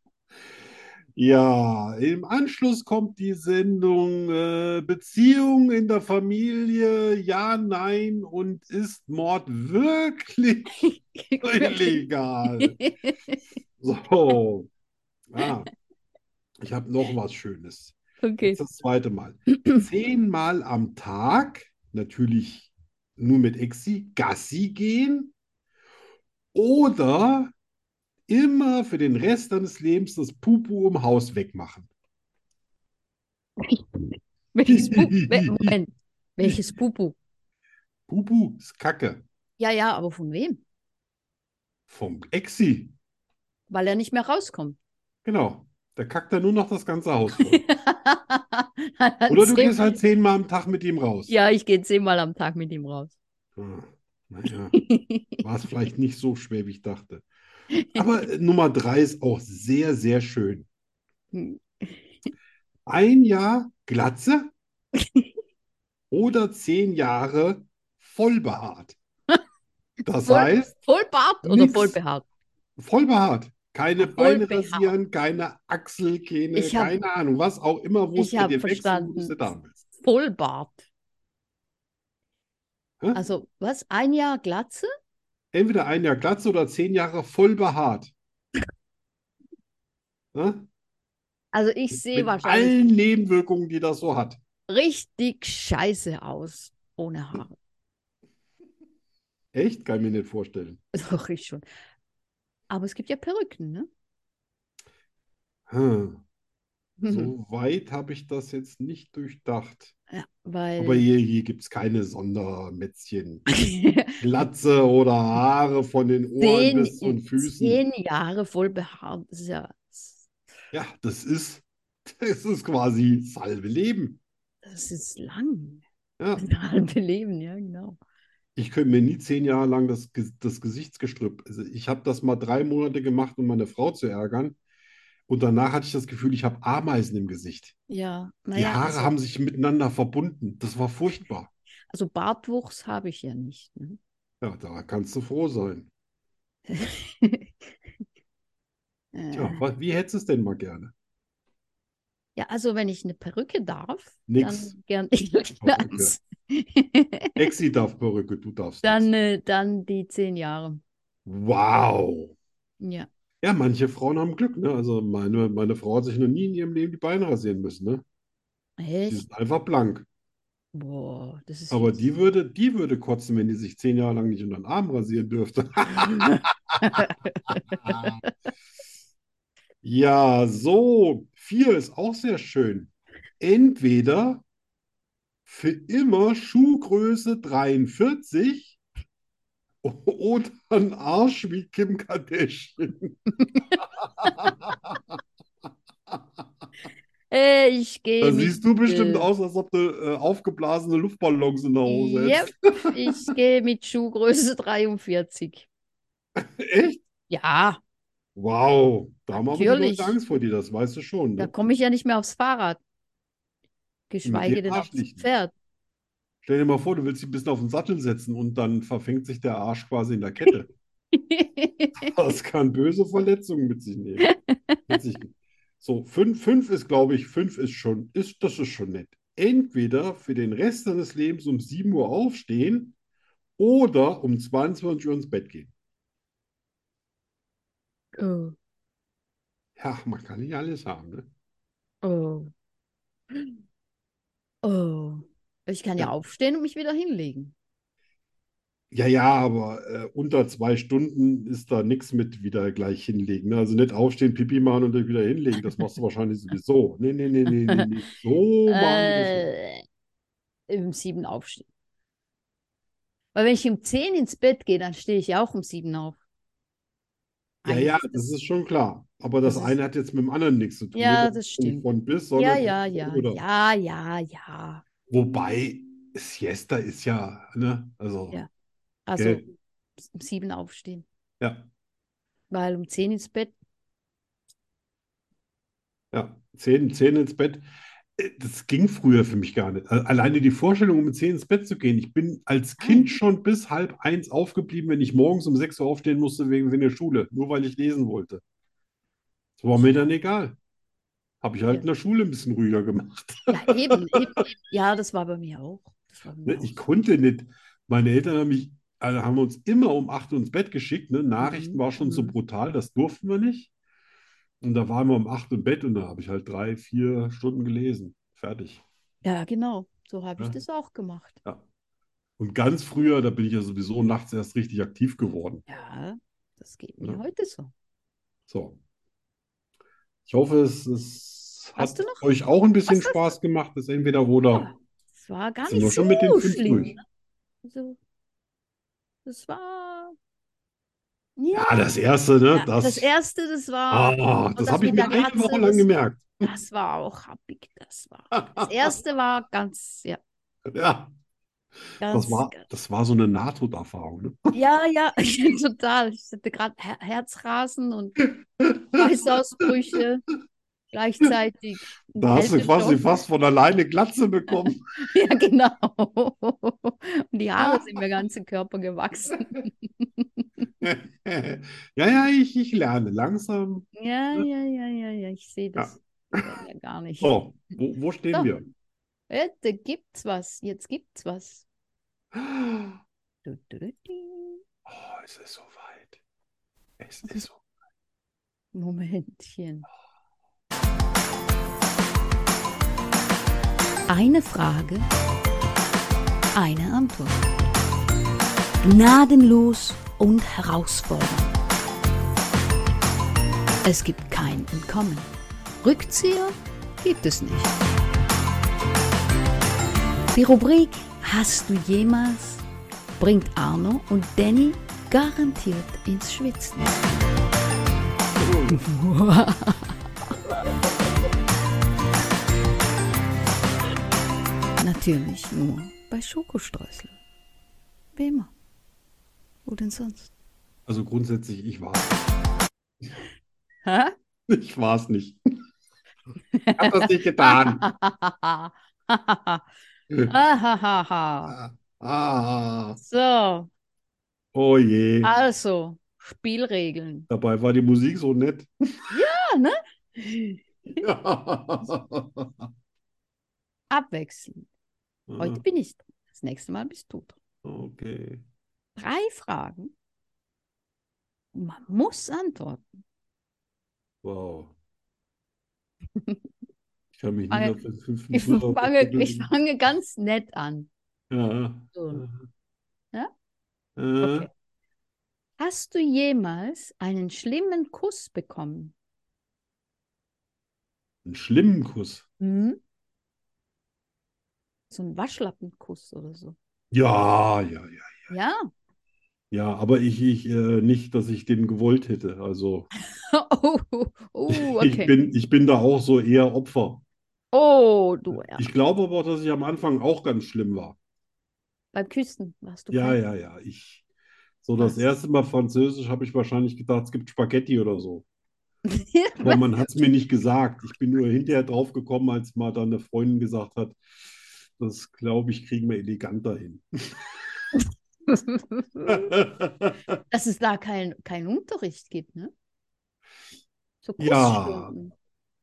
Ja, im Anschluss kommt die Sendung äh, Beziehung in der Familie, ja, nein und ist Mord wirklich illegal? So, ah, ich habe noch was Schönes. okay. Jetzt das zweite Mal. Zehnmal am Tag, natürlich nur mit Exi, Gassi gehen oder immer für den Rest deines Lebens das Pupu im Haus wegmachen. Welches Pupu? Wel- Moment. Welches Pupu? Pupu ist Kacke. Ja, ja, aber von wem? Vom Exi. Weil er nicht mehr rauskommt. Genau. Da kackt er nur noch das ganze Haus voll. Oder Oder du gehst halt zehnmal am Tag mit ihm raus. Ja, ich gehe zehnmal am Tag mit ihm raus. Ah, naja, war es vielleicht nicht so schwer, wie ich dachte. Aber äh, Nummer drei ist auch sehr, sehr schön. Hm. Ein Jahr Glatze oder zehn Jahre voll behaart. Das Voll- heißt, Vollbart oder Nix. vollbehaart? voll behaart. Keine Voll Beine behaart. rasieren, keine Achselkähne, Ich hab- keine Ahnung, was auch immer, wo es Ich bei hab dir wächst und wo verstanden. es nicht haben willst. Vollbart. Hä? Also, was? Ein Jahr Glatze? Entweder ein Jahr Glatze oder zehn Jahre voll behaart. Ne? Also, ich sehe Mit wahrscheinlich allen Nebenwirkungen, die das so hat. richtig scheiße aus. Ohne Haare. Echt? Kann ich mir nicht vorstellen. Doch, ich schon. Aber es gibt ja Perücken, ne? Hm. So weit habe ich das jetzt nicht durchdacht. Ja, weil. Aber hier, hier gibt es keine Sondermätzchen. Glatze oder Haare von den Ohren zehn, bis zu den Füßen. zehn Jahre voll behaart. Das ist ja, Ja, das ist, das ist quasi Salve Leben. das ist lang. Ja, Das halbe Leben, ja, genau. ich könnte mir nie zehn Jahre lang das, Ge- das Gesichtsgestrüpp. Also ich habe das mal drei Monate gemacht, um meine Frau zu ärgern. Und danach hatte ich das Gefühl, ich habe Ameisen im Gesicht. Ja, Die naja, Haare also, haben sich miteinander verbunden. Das war furchtbar. also Bartwuchs habe ich ja nicht. Ne? Ja, da kannst du froh sein. Tja, Äh, wa- wie hättest du es denn mal gerne? ja, also wenn ich eine Perücke darf, Nix. dann gern ich Perücke. Exi darf Perücke, du darfst dann, ne- nichts. äh, dann die zehn Jahre. Wow. Ja. Ja, manche Frauen haben Glück, ne? Also meine, meine Frau hat sich noch nie in ihrem Leben die Beine rasieren müssen, ne? Die Echt? sind einfach blank. Boah, das ist Aber jetzt- die würde, die würde kotzen, wenn die sich zehn Jahre lang nicht unter den Arm rasieren dürfte. Ja, so. Vier ist auch sehr schön. Entweder für immer Schuhgröße 43 oder ein Arsch wie Kim Kardashian. Äh, ich gehe Da mit, siehst du bestimmt äh, aus, als ob du äh, aufgeblasene Luftballons in der Hose hättest. Yep, ich gehe mit Schuhgröße 43. Echt? Ja, Wow. Da haben aber die Leute Natürlich. Angst vor dir, das weißt du schon, da ne? komme ich ja nicht mehr aufs Fahrrad. Geschweige dem denn aufs Arsch nicht. Pferd. Stell dir mal vor, du willst sie ein bisschen auf den Sattel setzen und dann verfängt sich der Arsch quasi in der Kette. Das kann böse Verletzungen mit sich nehmen. Mit sich- So, fünf, fünf ist, glaube ich, fünf ist schon, ist, das ist schon nett. Entweder für den Rest deines Lebens um 7 Uhr aufstehen oder um 22 Uhr ins Bett gehen. oh, Ja, man kann nicht alles haben, ne? oh. Oh. Ich kann ja aufstehen und mich wieder hinlegen. Ja, ja, aber äh, unter zwei Stunden ist da nichts mit wieder gleich hinlegen. Ne? Also nicht aufstehen, Pipi machen und dann wieder hinlegen. Das machst du wahrscheinlich sowieso. Nee, nee, nee, nee, nee, nee. So machen wir Oh, das nicht. Äh, um sieben aufstehen. Weil wenn ich um zehn ins Bett gehe, dann stehe ich ja auch um sieben auf. Ja, Eigentlich ja, ist das ist schon klar. Aber das das ist- eine hat jetzt mit dem anderen nichts zu tun. ne, Ja, Nicht das von- stimmt. Von bis, Ja, sondern ja, ja, oder. ja, ja, ja. Wobei, Siesta ist ja, ne? Also, Ja. Also Gell. um sieben aufstehen, ja, weil um zehn ins Bett. ja. Zehn, zehn ins Bett. Äh, Das ging früher für mich gar nicht. A- Alleine die Vorstellung, um 10 ins Bett zu gehen. Ich bin als Ah. Kind schon bis halb eins aufgeblieben, wenn ich morgens um 6 Uhr aufstehen musste wegen, wegen der Schule, nur weil ich lesen wollte. Das war mir dann egal. Habe ich halt Ja. in der Schule ein bisschen ruhiger gemacht. Ja, eben, eben, eben. Ja, das war bei mir auch. Das war bei mir Ne, auch Ich so. konnte nicht. Meine Eltern haben mich, also haben uns immer um 8 Uhr ins Bett geschickt. Ne? Nachrichten Mhm, war schon so mhm. brutal, das durften wir nicht. Und da waren wir um 8 Uhr im Bett und da habe ich halt drei, vier Stunden gelesen. Fertig. Ja, genau. So habe ich Ja. das auch gemacht. Ja. Und ganz früher, da bin ich ja sowieso nachts erst richtig aktiv geworden. Ja, das geht mir Ja. heute so. So. Ich hoffe, es, es Hast hat du noch? euch auch ein bisschen Was hast Spaß gemacht. Das entweder oder. Es war gar Sind nicht wir so schon mit den fünf schlimm. durch? ne? Also, das war. Ja, das erste, ne? Ja, Das, das erste, das war. ah, das das habe ich mit mir der eine Katze, Woche lang das- gemerkt. Das war auch happig. Das war. Das erste war ganz, ja, Ja, ganz. das war, das war so eine Nahtoderfahrung. Ne? Ja, ja, total. Ich hatte gerade Her Herzrasen und Schweißausbrüche gleichzeitig. Und Da hast du quasi Kälteschock. fast von alleine Glatze bekommen. Ja, genau. Und die Haare sind mir ganzen Körper gewachsen. Ja, ja, ich, ich lerne langsam. Ja, ja, ja, ja, ja, ich sehe das ja. gar nicht. So, wo, wo stehen So. wir? Äh, Da gibt's was, jetzt gibt's was. Du, du, du, du. Oh, es ist so weit. Es ist so Momentchen. Eine Frage, eine Antwort. Gnadenlos und herausfordernd. Es gibt kein Entkommen. Rückzieher gibt es nicht. Die Rubrik Hast du jemals bringt Arno und Danny garantiert ins Schwitzen. Natürlich nur bei Schokostreusel. Wie immer. Wo denn sonst? Also grundsätzlich, ich war Hä? es nicht. Ich war es nicht. Ich hab das nicht getan. Ahahaha. Ah, So, oh je. also, Spielregeln. Dabei war die Musik so nett. Ja, ne? Ja. Abwechseln. Heute bin ich dran. Das nächste Mal bist du dran. Okay. Drei Fragen. Und Man muss antworten. Wow. Ich kann mich nicht Fange- auf den fünften Ich Knopf fange, ich besinnen. fange ganz nett an. Ja. So. Ja? Äh, Okay. Hast du jemals einen schlimmen Kuss bekommen? Einen schlimmen Kuss. Hm? So ein Waschlappenkuss oder so. Ja, ja, ja. Ja. Ja, aber ich, ich äh, nicht, dass ich den gewollt hätte. Also Oh, oh, oh, ich okay. bin, ich bin da auch so eher Opfer. Oh, du. Ja. Ich glaube aber, dass ich am Anfang auch ganz schlimm war. Beim Küssen warst du Ja, kein- ja, ja. Ich, so das Was? erste Mal Französisch habe ich wahrscheinlich gedacht, es gibt Spaghetti oder so. Aber Ja, man hat es mir nicht gesagt. Ich bin nur hinterher drauf gekommen, als mal dann eine Freundin gesagt hat, das glaube ich, kriegen wir eleganter hin. Dass es da keinen kein Unterricht gibt, ne? So Ja. Kussstunden.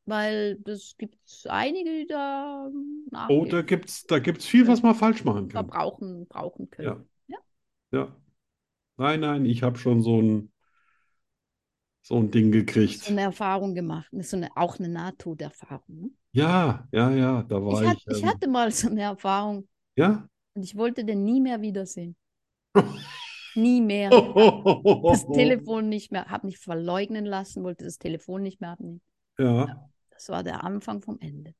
Weil das gibt einige, die da ähm, Oh, da Nachhilfe gibt's, da gibt's viel, was man falsch machen kann. brauchen, brauchen Ja. können. Ja. Nein, nein, ich habe schon so ein, so ein Ding So gekriegt. eine Erfahrung gemacht. Das ist so eine, auch eine Nahtoderfahrung. Ne? Ja, ja, ja, da war Ich, hat, ich, ich ähm, hatte mal so eine Erfahrung ja. und ich wollte den nie mehr wiedersehen. Nie mehr. Oh, Das Telefon nicht mehr, habe mich verleugnen lassen, wollte das Telefon nicht mehr haben. Ja. Das war der Anfang vom Ende.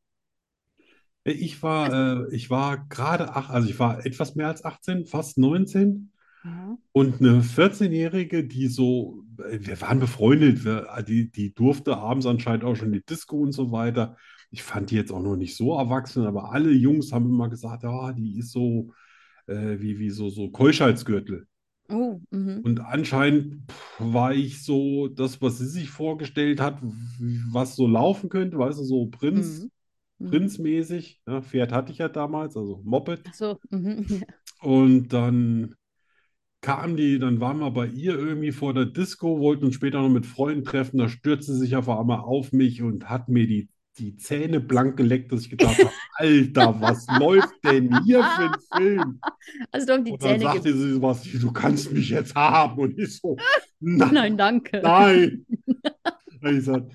Also Ich war, äh, ich war gerade, ach, also ich war etwas mehr als 18, fast 19. Ja. Und eine 14-Jährige, die so, äh, wir waren befreundet, wir, äh, die, die durfte abends anscheinend auch schon in die Disco und so weiter. Ich fand die jetzt auch noch nicht so erwachsen, aber alle Jungs haben immer gesagt, ja, die ist so äh, wie, wie so, so Keuschheitsgürtel. Oh, mhm. Und anscheinend pff, war ich so das, was sie sich vorgestellt hat, w- was so laufen könnte, weißt du, so Prinz, Mhm. Prinzmäßig. Ja, Pferd hatte ich ja damals, also Moped. Ach So, mhm, ja. Und dann kam die, dann waren wir bei ihr irgendwie vor der Disco, wollten uns später noch mit Freunden treffen. Da stürzte sie sich auf einmal auf mich und hat mir die, die Zähne blank geleckt, dass ich gedacht habe, Alter, was läuft denn hier für ein Film? Also du hast die Und dann Zähne sagte ge sie sowas, wie, du kannst mich jetzt haben. Und ich so, nein, Nein, danke. nein. Und ich sagte,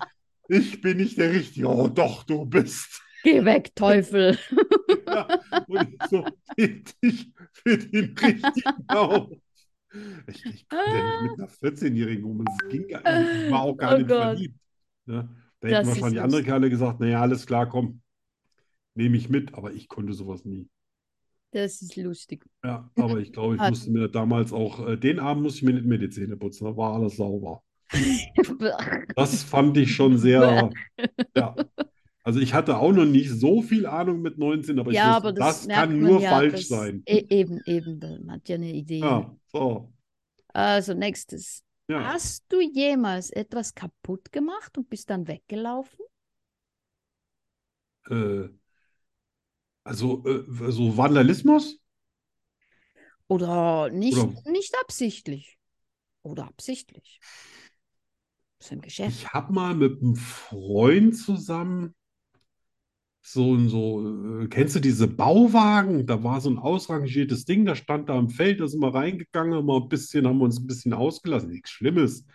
ich bin nicht der Richtige. Oh doch, du bist. Geh weg, Teufel. Ja, und ich so, nehm dich für den richtigen auf. Ich, ich Ah. konnte ja nicht mit einer 14-Jährigen um. Es ging gar nicht. Ich war auch gar Oh nicht Gott. verliebt. Ne? Da Das hätten ist wahrscheinlich lustig. andere Kerle gesagt, naja, alles klar, komm, nehme ich mit. Aber ich konnte sowas nie. Das ist lustig. Ja, aber ich glaube, ich Hat- musste mir damals auch, äh, den Abend musste ich mir nicht mehr die Zähne putzen, da war alles sauber. Das fand ich schon sehr, ja. Also ich hatte auch noch nicht so viel Ahnung mit 19, aber ich ja, wusste, aber das, das merkt kann man nur ja, falsch das, sein. E eben, eben, da- man hat ja eine Idee. Ja, so. Also nächstes. Ja. Hast du jemals etwas kaputt gemacht und bist dann weggelaufen? Äh, also äh, so Vandalismus? Oder nicht, Oder- nicht absichtlich? Oder absichtlich? Das ist ein Geschäft. Ich habe mal mit einem Freund zusammen so ein, so, äh, kennst du diese Bauwagen? Da war so ein ausrangiertes Ding, da stand da im Feld, da sind wir reingegangen, haben wir ein bisschen, haben wir uns ein bisschen ausgelassen, nichts Schlimmes.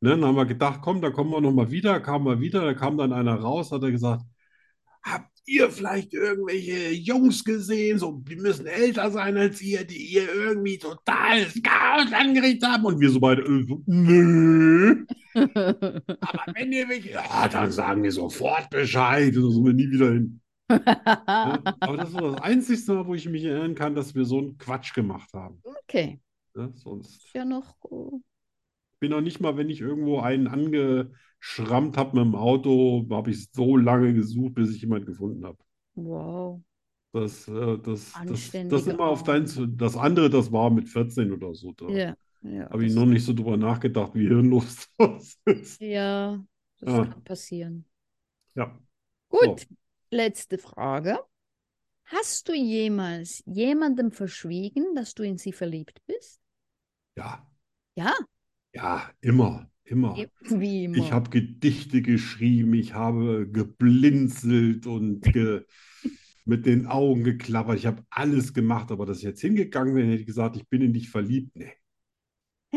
Ne? Dann haben wir gedacht, komm, da kommen wir nochmal wieder, kamen wir wieder, da kam dann einer raus, hat er gesagt, habt ihr vielleicht irgendwelche Jungs gesehen, so, die müssen älter sein als ihr, die ihr irgendwie totales Chaos angerichtet haben? Und wir so beide, äh, so, nö. Aber wenn ihr mich, ja, dann sagen wir sofort Bescheid und dann sind wir nie wieder hin. Ne? Aber das ist so das einzigste Mal, wo ich mich erinnern kann, dass wir so einen Quatsch gemacht haben. Okay, Ne? Sonst ist ja noch. äh, bin auch nicht mal, wenn ich irgendwo einen angeschrammt habe mit dem Auto, habe ich so lange gesucht, bis ich jemanden gefunden habe. Wow. Das, äh, das, das, das Anständiger immer auf dein, das andere, das war mit 14 oder so. Da Ja, ja. habe ich das- noch nicht so drüber nachgedacht, wie hirnlos das ist. Ja, das Ah. kann passieren. Ja. Gut, letzte Frage. Hast du jemals jemandem verschwiegen, dass du in sie verliebt bist? Ja. Ja. Ja, immer, immer. E- Wie immer. Ich habe Gedichte geschrieben, ich habe geblinzelt und ge mit den Augen geklappert. Ich habe alles gemacht, aber dass ich jetzt hingegangen bin, hätte ich gesagt, ich bin in dich verliebt. Nee,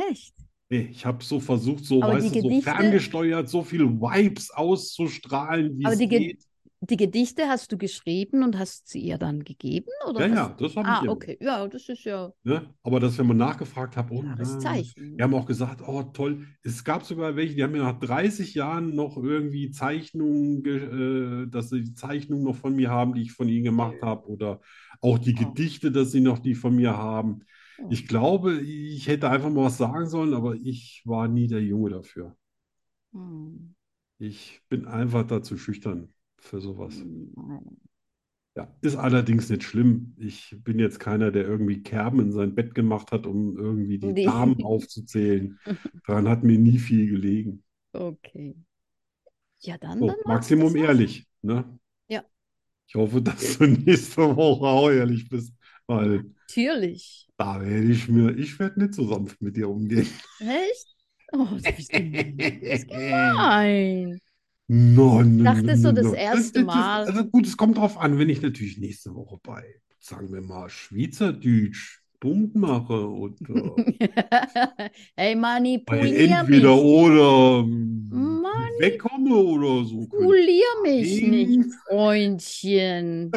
Echt? nee, ich habe so versucht, so, Aber die weißt du, so Gedichte- ferngesteuert, so viel Vibes auszustrahlen, wie Aber es die Ge- geht. Die Gedichte hast du geschrieben und hast sie ihr dann gegeben, oder Ja, was? ja, das habe ich Ah, immer. okay. Ja, das ist ja Ne? Aber dass, wenn man nachgefragt hat, oh, klares na, Zeichen. Die haben auch gesagt, oh toll, es gab sogar welche, die haben mir nach 30 Jahren noch irgendwie Zeichnungen, ge- äh, dass sie die Zeichnungen noch von mir haben, die ich von ihnen gemacht habe, oder auch die Oh. Gedichte, dass sie noch die von mir haben. Oh. Ich glaube, ich hätte einfach mal was sagen sollen, aber ich war nie der Junge dafür. Hm. Ich bin einfach dazu schüchtern für Mhm. sowas. Nein. Ja, ist allerdings nicht schlimm. Ich bin jetzt keiner, der irgendwie Kerben in sein Bett gemacht hat, um irgendwie die Nee. Damen aufzuzählen. Daran hat mir nie viel gelegen. Okay. Ja, dann, So, dann war's Oh, Maximum das auch. ehrlich, ne? Ja. Ich hoffe, dass du nächste Woche auch ehrlich bist, weil Natürlich. da werde ich mir, ich werde nicht so sanft mit dir umgehen. Echt? Oh, das ist gemein. Das ist gemein. Nein, nein, dachte nein, so nein, das nein. erste Das- das- Mal. Also gut, es kommt drauf an, wenn ich natürlich nächste Woche bei, sagen wir mal, Schweizerdeutsch Punkt mache und äh, Hey, weil manipulier mich. entweder oder ähm, Mann, wegkomme oder so könnte Manipulier mich nicht, Ding. Freundchen.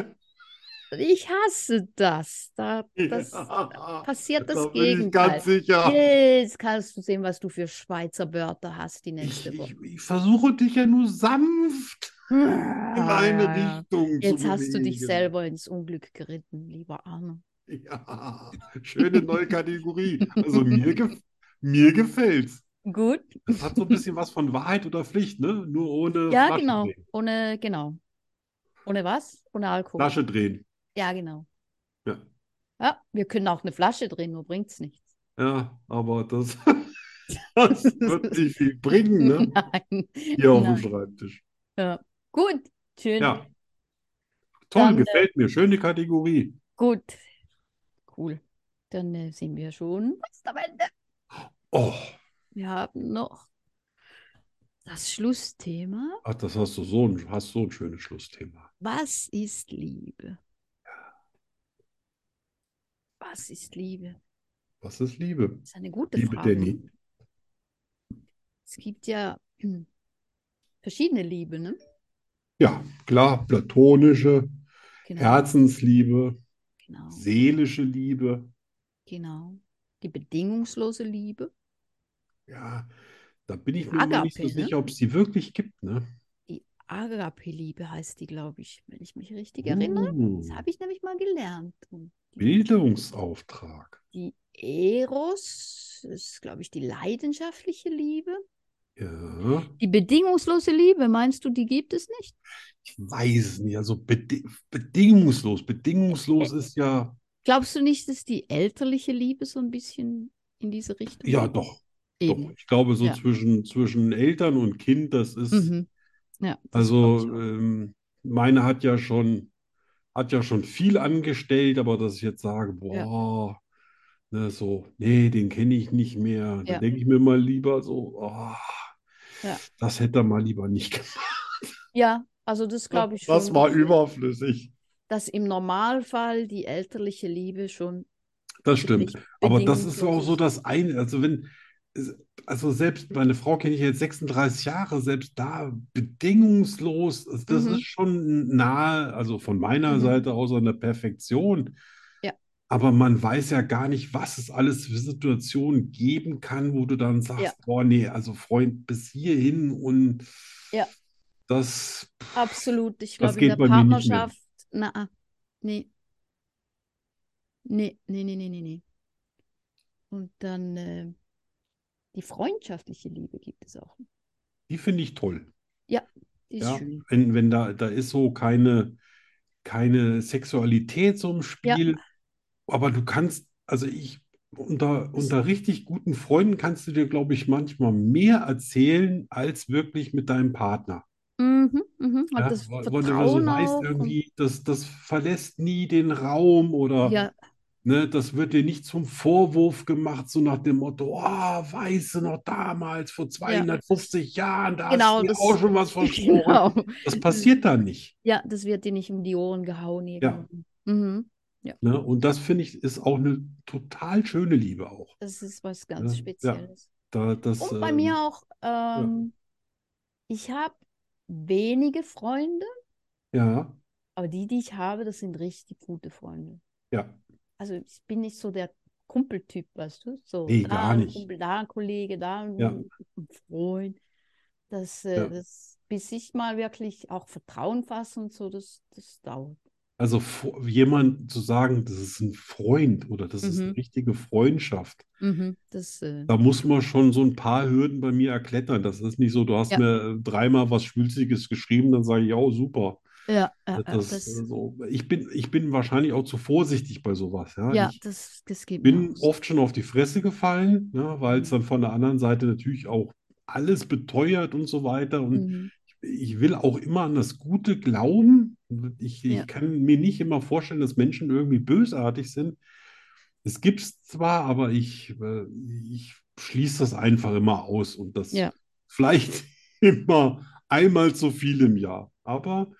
Ich hasse das. Da, ich. das passiert das Da bin ich ganz Gegenteil. sicher. Jetzt kannst du sehen, was du für Schweizer Wörter hast die Ich, nächste Woche. ich, ich versuche dich ja nur sanft in Ah, eine ja, ja. Richtung zu Jetzt hast du dich bewegen. selber ins Unglück geritten, lieber Arno. Ja, schöne neue Kategorie. Also mir, gef mir gefällt's. Gut. Das hat so ein bisschen was von Wahrheit oder Pflicht, ne? Nur ohne Ja, Flasche genau. drehen. Ohne, genau. Ohne was? Ohne Alkohol. Flasche drehen. Ja, genau. Ja. Ja, wir können auch eine Flasche drehen, nur bringt's nichts. Ja, aber das, das wird nicht viel bringen, ne? Nein. Hier auf dem Nein. Schreibtisch. Gut. Schön. Ja, Toll, Dann, äh, gefällt mir. Schöne Kategorie. Gut. Cool. Dann äh, sind wir schon fast am Ende. Oh, Wir haben noch das Schlussthema. ach, das hast du so ein, hast so ein schönes Schlussthema. Was ist Liebe? Was ist Liebe? Was ist Liebe? Das ist eine gute Liebe Frage. Danny. Es gibt ja hm, verschiedene Liebe, ne? Ja, klar, platonische, Genau, Herzensliebe, genau, seelische Liebe. genau. Die bedingungslose Liebe, Ja, da bin ich mir immer nicht so Agape, ne? sicher, ob es die wirklich gibt, ne? die Agape-Liebe heißt die, glaube ich, wenn ich mich richtig erinnere. Uh, Das habe ich nämlich mal gelernt. Und Bildungsauftrag. die Eros ist, glaube ich, die leidenschaftliche Liebe. Ja, Die bedingungslose Liebe, meinst du, die gibt es nicht? ich weiß nicht. Also bedi bedingungslos. Bedingungslos ist ja, Glaubst du nicht, dass die elterliche Liebe so ein bisschen in diese Richtung ja, geht? doch, doch. Eben. Ich glaube, so Ja. zwischen, zwischen Eltern und Kind, das ist. Mhm. Ja, das glaub Also, ich auch. ähm, meine hat ja schon, hat ja schon viel angestellt, aber dass ich jetzt sage, boah, ne, so, nee, den kenne ich nicht mehr. Da Ja. denke ich mir mal lieber so, oh, Ja. das hätte er mal lieber nicht gemacht. ja, also das glaube ich Das schon, war dass- überflüssig. dass im Normalfall die elterliche Liebe schon Das stimmt. wirklich Aber das ist bedingungslos auch so das eine, also wenn, also selbst meine Frau kenne ich jetzt 36 Jahre, selbst da bedingungslos, also das Mhm. ist schon nahe, also von meiner Mhm. Seite aus an der Perfektion. Ja. Aber man weiß ja gar nicht, was es alles für Situationen geben kann, wo du dann Ja. sagst, boah, nee, also Freund, bis hierhin und Ja. das, Absolut. Ich Das glaube, in geht der bei mir nicht mehr. Partnerschaft, na, ah, nee. Nee, nee, nee, nee, nee, nee. Und dann äh, die freundschaftliche Liebe gibt es auch. die finde ich toll. Die ist Ja, schön. wenn, wenn da, da ist so keine, keine Sexualität so im Spiel, aber du kannst, also ich, unter, unter richtig guten Freunden kannst du dir, glaube ich, manchmal mehr erzählen als wirklich mit deinem Partner. Mhm, mhm. Und Ja, das weil, weil du immer so Vertrauen weißt, auch und- irgendwie, das, das verlässt nie den Raum oder ja, ne, das wird dir nicht zum Vorwurf gemacht, so nach dem Motto, ah, weißt du noch damals, vor 250 Jahren, da hast du Genau, mir das- auch schon was versprochen. genau. Das passiert da nicht. Ja, das wird dir nicht um die Ohren gehauen irgendwie. Mhm. Ne? Und das finde ich ist auch eine total schöne Liebe auch. Das ist was Ja, ganz ja. Spezielles. Da, das, Und bei ähm, mir auch, ähm, ich habe wenige Freunde, ja, aber die, die ich habe, das sind richtig gute Freunde. ja, Also ich bin nicht so der Kumpeltyp, weißt du? So Nee, da gar ein nicht. Kumpel, da ein Kollege, da ein, Ja. ein Freund. Das, äh, Ja. das, bis ich mal wirklich auch Vertrauen fasse und so, das, das dauert. also vor- jemand zu sagen, das ist ein Freund oder das ist Mhm. eine richtige Freundschaft, Das, äh, da muss man schon so ein paar Hürden bei mir erklettern. Das ist nicht so, du hast Ja. mir dreimal was Schwülziges geschrieben, dann sage ich, ja, super. ja, ja, ja, Das, das, äh, so, ich bin, ich bin wahrscheinlich auch zu vorsichtig bei sowas, ja. ja, Ich das, das geht mir bin auch so. oft schon auf die Fresse gefallen, ja, weil es Mhm. dann von der anderen Seite natürlich auch alles beteuert und so weiter. Und Mhm. ich will auch immer an das Gute glauben. Ich, ich Ja. kann mir nicht immer vorstellen, dass Menschen irgendwie bösartig sind. Es gibt es zwar, aber ich, äh, ich schließe das einfach immer aus und das Ja. vielleicht immer einmal zu viel im Jahr. Aber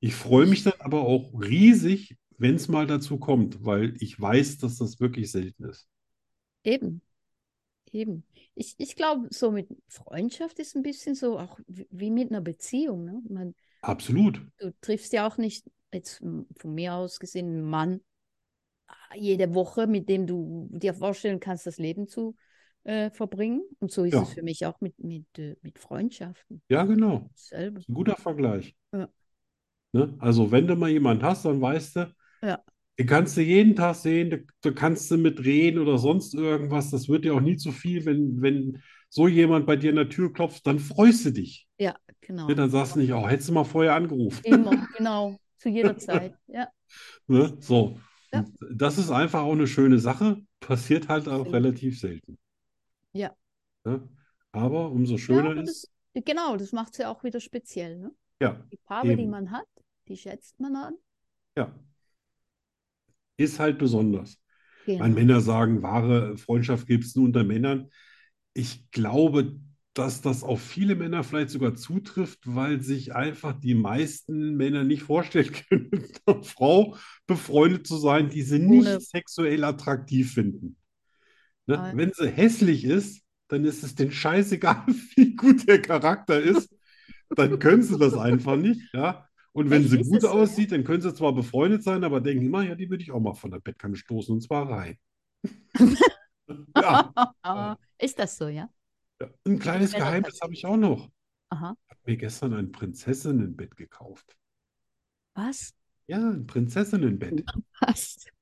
ich freue mich dann aber auch riesig, wenn es mal dazu kommt, weil ich weiß, dass das wirklich selten ist. Eben. Eben. Ich, ich glaube, so mit Freundschaft ist ein bisschen so auch wie wie mit einer Beziehung. Ne? Man, Absolut. du triffst ja auch nicht, jetzt m- von mir aus gesehen, einen Mann ah, jede Woche, mit dem du dir vorstellen kannst, das Leben zu äh, verbringen. Und so ist Ja. es für mich auch mit, mit, äh, mit Freundschaften. Ja, genau. Selber. Ist Ein guter Vergleich. Ja. Ne? Also, wenn du mal jemanden hast, dann weißt du, Ja. den kannst du jeden Tag sehen, da, da kannst du mit reden oder sonst irgendwas. Das wird dir auch nie zu viel. Wenn, wenn so jemand bei dir an der Tür klopft, dann freust du dich. Ja, genau. Ne? Dann sagst du nicht, oh, hättest du mal vorher angerufen. Immer, genau. Zu jeder Zeit. Ja, Ne? So. Ja. Und Das ist einfach auch eine schöne Sache. Passiert halt auch Absolut. relativ selten. Ja. Ne? Aber umso ja schöner aber ist, das, genau, das macht es ja auch wieder speziell. Ne? ja, Die Farbe, die Eben. man hat, die schätzt man an. Ja. Ist halt besonders. Genau. Wenn Männer sagen, wahre Freundschaft gibt es nur unter Männern. Ich glaube, dass das auf viele Männer vielleicht sogar zutrifft, weil sich einfach die meisten Männer nicht vorstellen können, mit einer Frau befreundet zu sein, die sie nicht Ohne- sexuell attraktiv finden. Ne? Nein. Wenn sie hässlich ist, dann ist es den scheißegal, wie gut der Charakter ist. Dann können sie das einfach nicht, ja. Und wenn Echt, sie ist gut es so, ja? aussieht, dann können sie zwar befreundet sein, aber denken immer, ja, die würde ich auch mal von der Bettkante stoßen und zwar rein. Ja, Ist das so, ja? ja. ein kleines Ich werde Geheimnis habe ich auch noch. Aha. mir gestern ein Prinzessinnenbett gekauft. Was? Ja, ein Prinzessinnenbett. Was? Hm.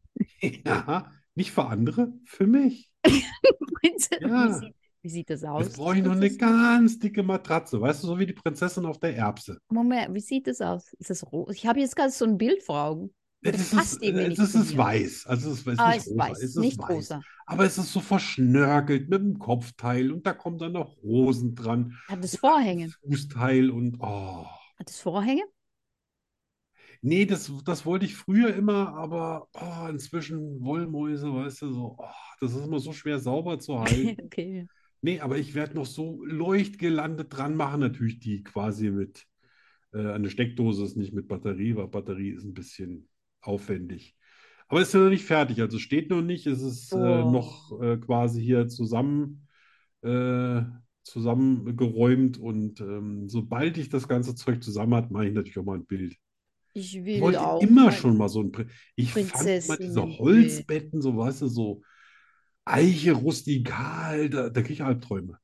Ja, nicht für andere, für mich. Prinzessin, wie, Ja. sieht, wie sieht das aus? Jetzt brauche ich noch eine ganz dicke Matratze, weißt du, so wie die Prinzessin auf der Erbse. Moment, wie sieht das aus? Ist das rot? Ich habe jetzt gerade so ein Bild vor Augen. Das Es passt ist, irgendwie es nicht ist, zu es mir. weiß, also es ist nicht ah, ist rosa, weiß, es ist nicht weiß. rosa. Aber es ist so verschnörkelt mit dem Kopfteil und da kommen dann noch Rosen dran, Hat es Vorhänge? Fußteil und oh. Hat es Vorhänge? Nee, das, das wollte ich früher immer, aber oh, inzwischen Wollmäuse, weißt du, so, oh, das ist immer so schwer sauber zu halten. okay. Nee, aber ich werde noch so leuchtgelandet dran machen, natürlich die quasi mit äh, eine Steckdose ist nicht mit Batterie, weil Batterie ist ein bisschen aufwendig. Aber es ist ja noch nicht fertig, also steht noch nicht, es ist äh, Oh. noch äh, quasi hier zusammen äh, zusammengeräumt und ähm, sobald ich das ganze Zeug zusammen hat, mache ich natürlich auch mal ein Bild. Ich Ich will wollte auch. immer mal- schon mal so ein Pri Ich fand mal diese Prinzessinnenbild. Holzbetten, so weißt du, so Eiche rustikal, da, da kriege ich Albträume.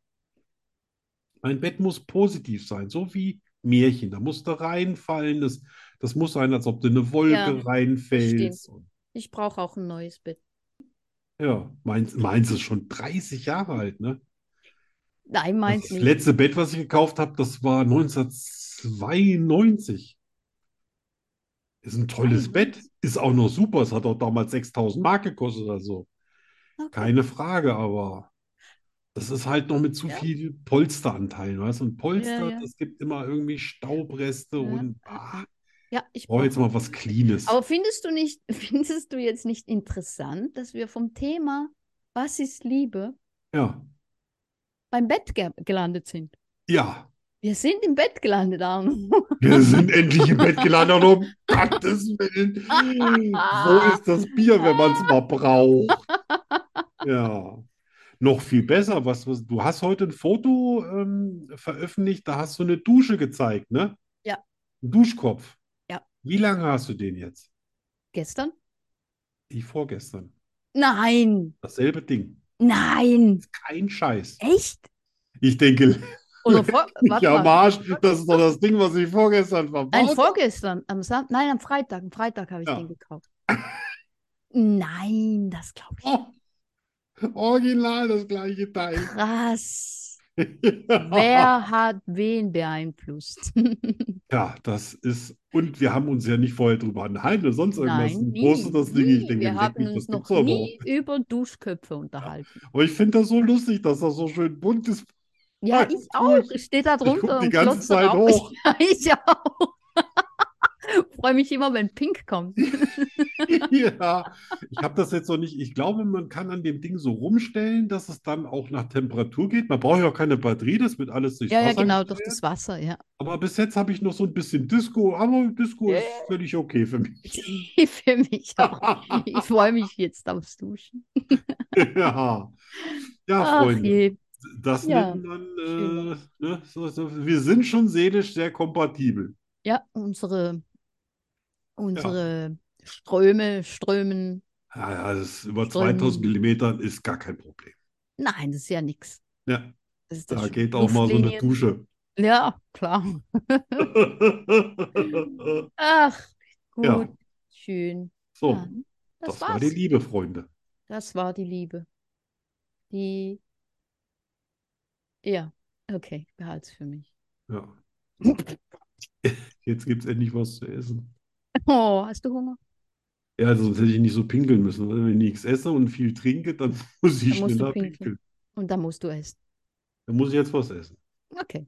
Mein Bett muss positiv sein, so wie Märchen. Da musst du reinfallen, das, das muss sein, als ob du in eine Wolke Ja, reinfällst. Und, Ich brauche auch ein neues Bett. ja, meins, meins ist schon 30 Jahre alt, ne? Nein, Das meins nicht. letzte Bett, was ich gekauft habe, das war 1992. Ist ein tolles 92? Bett, ist auch noch super. Es hat auch damals 6000 Mark gekostet oder so. Okay. Keine Frage, aber das ist halt noch mit zu Ja. viel Polsteranteilen, weißt du? Und Polster, ja. das gibt immer irgendwie Staubreste Ja, und ja, ah, ja. Ja, ich brauche brauche. jetzt mal was Cleanes. Aber findest du nicht, findest du jetzt nicht interessant, dass wir vom Thema Was ist Liebe Ja, beim Bett ge gelandet sind? ja. Wir sind im Bett gelandet, Arno. Wir sind endlich im Bett gelandet, um Gottes Willen. Ah. Wo ist das Bier, wenn man es mal braucht? Ja. Noch viel besser, was, was du hast heute ein Foto ähm, veröffentlicht, da hast du eine Dusche gezeigt, ne? Ja. Ein Duschkopf. Ja. Wie lange hast du den jetzt? Gestern? Ich vorgestern. Nein, Dasselbe Ding. nein. Kein Scheiß. Echt? Ich denke, Oder vor, warte ja, mal. am Arsch, das ist doch das Ding, was ich vorgestern Nein, verbaut habe. vorgestern, am Sam nein, am Freitag, am Freitag habe ich Ja. den gekauft. Nein, das glaube ich. Oh, original das gleiche Teil. Krass. Wer hat wen beeinflusst? Ja, das ist, und wir haben uns ja nicht vorher drüber unterhalten oder sonst irgendwas. Nein, nie, Wo ist denn das Ding? Ich nie. denke, Wir leck haben mich, uns das noch gibt's aber nie über Duschköpfe unterhalten. auch. Aber ich finde das so lustig, dass das so schön bunt ist. Ja, Nein, ich auch. Ich stehe Ah, da Ich drunter gucke die und ganze glotze Zeit drauf. hoch. Ja, ich auch. Freue mich immer, wenn Pink kommt. Ja, ich habe das jetzt noch nicht. Ich glaube, man kann an dem Ding so rumstellen, dass es dann auch nach Temperatur geht. Man braucht ja auch keine Batterie, das wird alles durchs Ja, ja, Wasser genau, durch gesteuert. das Wasser, ja. Aber bis jetzt habe ich noch so ein bisschen Disco, aber Disco Ja, ist völlig okay für mich. Für mich auch. Ich freue mich jetzt aufs Duschen. Ja, ja, Ach Freunde. je. Das Ja, nennt man, schön. äh, ne, so, so, wir sind schon seelisch sehr kompatibel. Ja, unsere, unsere Ströme strömen. Ja, ja, das ist über Strömen. 2000 Millimetern ist gar kein Problem. Nein, das ist ja nichts. Ja, Das ist das da schon. geht auch mal so eine Luftlinie. Dusche. Ja, klar. Ach, gut, Ja. schön. So, Dann, das das war war's. die Liebe, Freunde. Das war die Liebe. Die. Ja, okay, behalt's für mich. Ja. Jetzt gibt es endlich was zu essen. Oh, hast du Hunger? Ja, also sonst hätte ich nicht so pinkeln müssen. Also Wenn ich nichts esse und viel trinke, dann muss ich Dann musst du schneller pinkeln. pinkeln. Und dann musst du essen. Dann muss ich jetzt was essen. Okay.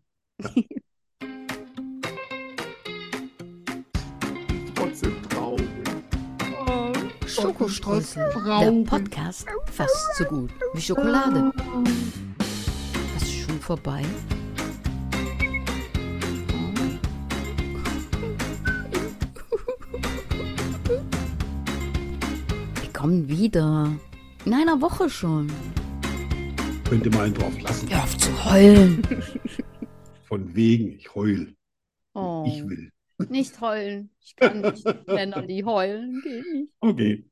Trotzdem traurig. Schokostreusel. Der Podcast fast so gut wie Schokolade. Was ist schon vorbei? Wir kommen wieder. In einer Woche schon. Könnt ihr mal einen drauf lassen? Hör auf zu heulen. Von wegen, ich heul. Oh, Ich will. nicht heulen. Ich kann nicht, wenn an die heulen geht nicht. Okay.